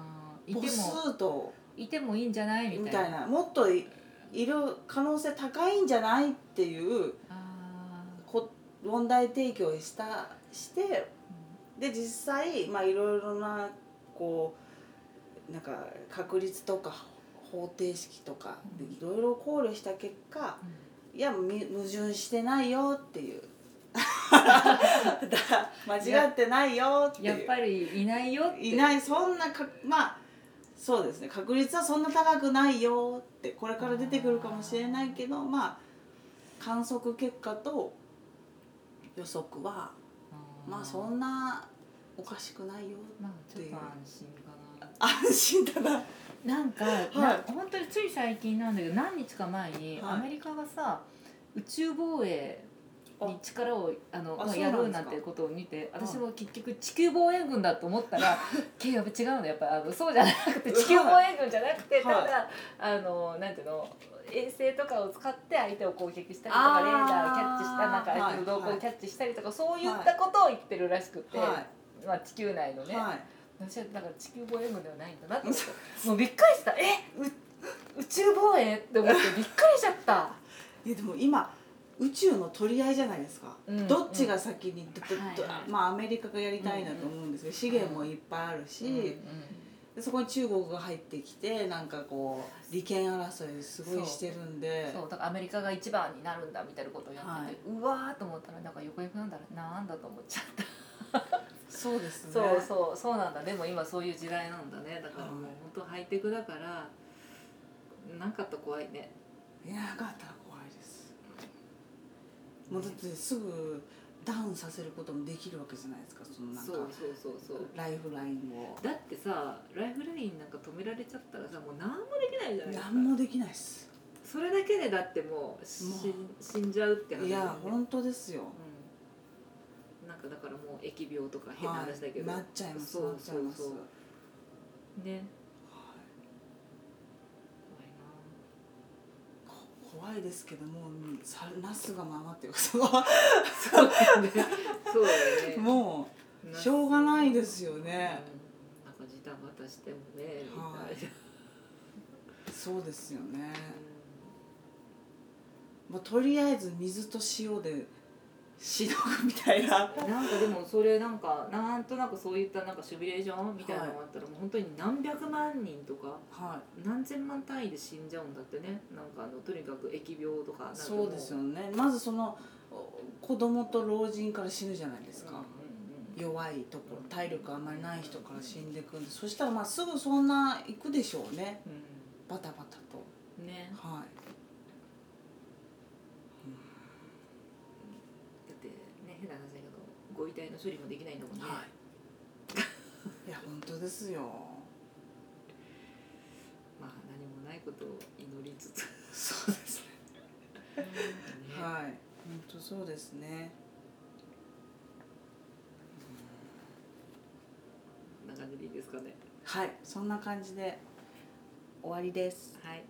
S2: ーい
S1: な母
S2: ても
S1: 数と
S2: いてもいいんじゃないみ
S1: み
S2: たいな
S1: たいなもっといいる可能性高いんじゃないっていう
S2: あ
S1: こ問題提供をしたして
S2: ー
S1: で実際まあいろいろなこうなんか確率とか方程式とかで
S2: うん
S1: いろいろ考慮した結果
S2: うん
S1: いやみ矛盾してないよっていう だから間違ってないよっていう
S2: やっぱりいないよって
S1: いないそんなかまあそうですね確率はそんな高くないよってこれから出てくるかもしれないけどまあ観測結果と予測は
S2: あー
S1: まあそんなおかしくないよ
S2: まあちょっと安心か
S1: 安心だな
S2: ななんか、
S1: はい
S2: な本当につい最近なんだけど何日か前に
S1: はい
S2: アメリカがさ、宇宙防衛
S1: あ
S2: に力をあの
S1: あ
S2: まあ
S1: そう
S2: や
S1: なんですか
S2: ろうなんてことを見て
S1: い
S2: 私も結局地球防衛軍だと思ったらけどやっぱ違うのやっぱあのそうじゃなくて地球防衛軍じゃなくてただ、
S1: はい
S2: あのなんていうの衛星とかを使って相手を攻撃したりと
S1: あ
S2: か
S1: ー
S2: レーダーをキャッチしたなんか相手の動
S1: はい
S2: 向
S1: は
S2: を
S1: い
S2: キャッチしたりとか、そういったことを言ってるらしくて、
S1: は
S2: まあ、地球内の
S1: い
S2: ね、
S1: はい
S2: 私はだから地球防衛軍ではないんだな と思ってもうびっくりしたえう宇宙防衛って思ってびっくりしちゃった、
S1: いやでも今宇宙の取り合いじゃないですか、
S2: うん
S1: どっちが先にどど
S2: はいはい
S1: まあ、アメリカがやりたいんだと思うんですけど、資源もいっぱいあるし、
S2: うんうん
S1: でそこに中国が入ってきてなんかこう利権争いすごいしてるんで
S2: そうだからアメリカが一番になるんだみたいなことをやってて、
S1: はいう
S2: わーと思ったらなんか横行くなんだろうなんだと思っちゃった、
S1: そうですね
S2: そうそうそうなんだでも今そういう時代なんだねだ
S6: だ
S2: か
S6: からもう
S1: はい
S6: 本当ハイテクだからなんかあったら怖いね
S1: いやなかったら怖いですもうだってすぐダウンさせることもできるわけじゃないですかそのなんか
S6: そうそうそうそう
S1: ライフラインを
S6: だってさライフラインなんか止められちゃったらさもう何もできないじゃないですか
S1: 何もできないです
S6: それだけでだってもうし
S1: も
S6: 死んじゃうって話だ
S1: い
S6: よね
S1: や本当ですよ
S6: うん、なんかだからもう疫病とか変な話だけど、
S1: はいなっちゃいます
S6: そう
S1: なっちゃいます
S6: そうそう ね
S1: はい
S6: 怖
S1: こ怖いですけどもうさなすがま まっていうかその
S6: いなそうだよね
S1: もうしょうがないですよね、
S6: うんなんかジタバタしてもね、
S1: はい
S6: みたいな
S1: そうですよね、まあ、とりあえず水と塩でしのぐみたいな
S6: うんなんかでもそれなんかなんとなくそういったなんかシミュレーションみたいなのがあったら、もう本当に何百万人とか
S1: は
S6: 何千万単位で死んじゃうんだってねなんかあのとにかく疫病とかなん
S1: い
S6: か
S1: そうですよ
S6: ね
S1: ねまずそのお子供と老人から死ぬじゃないですか、
S6: う
S1: 弱いところ体力あんまりない人から死んでいくんでそしたらまあすぐそんな行くでしょうね
S6: んうん
S1: バタバタと
S6: うんね
S1: はい
S6: だってね変な話だけどご遺体の処理もできないんだもんね、
S1: い。いや本当ですよ。
S6: まあ何もないことを祈りつつ、
S1: そうですね。
S6: ね
S1: はい。本当そうですね。
S6: こんな感じでいいですかね
S1: はい。そんな感じで終わりです。
S6: はい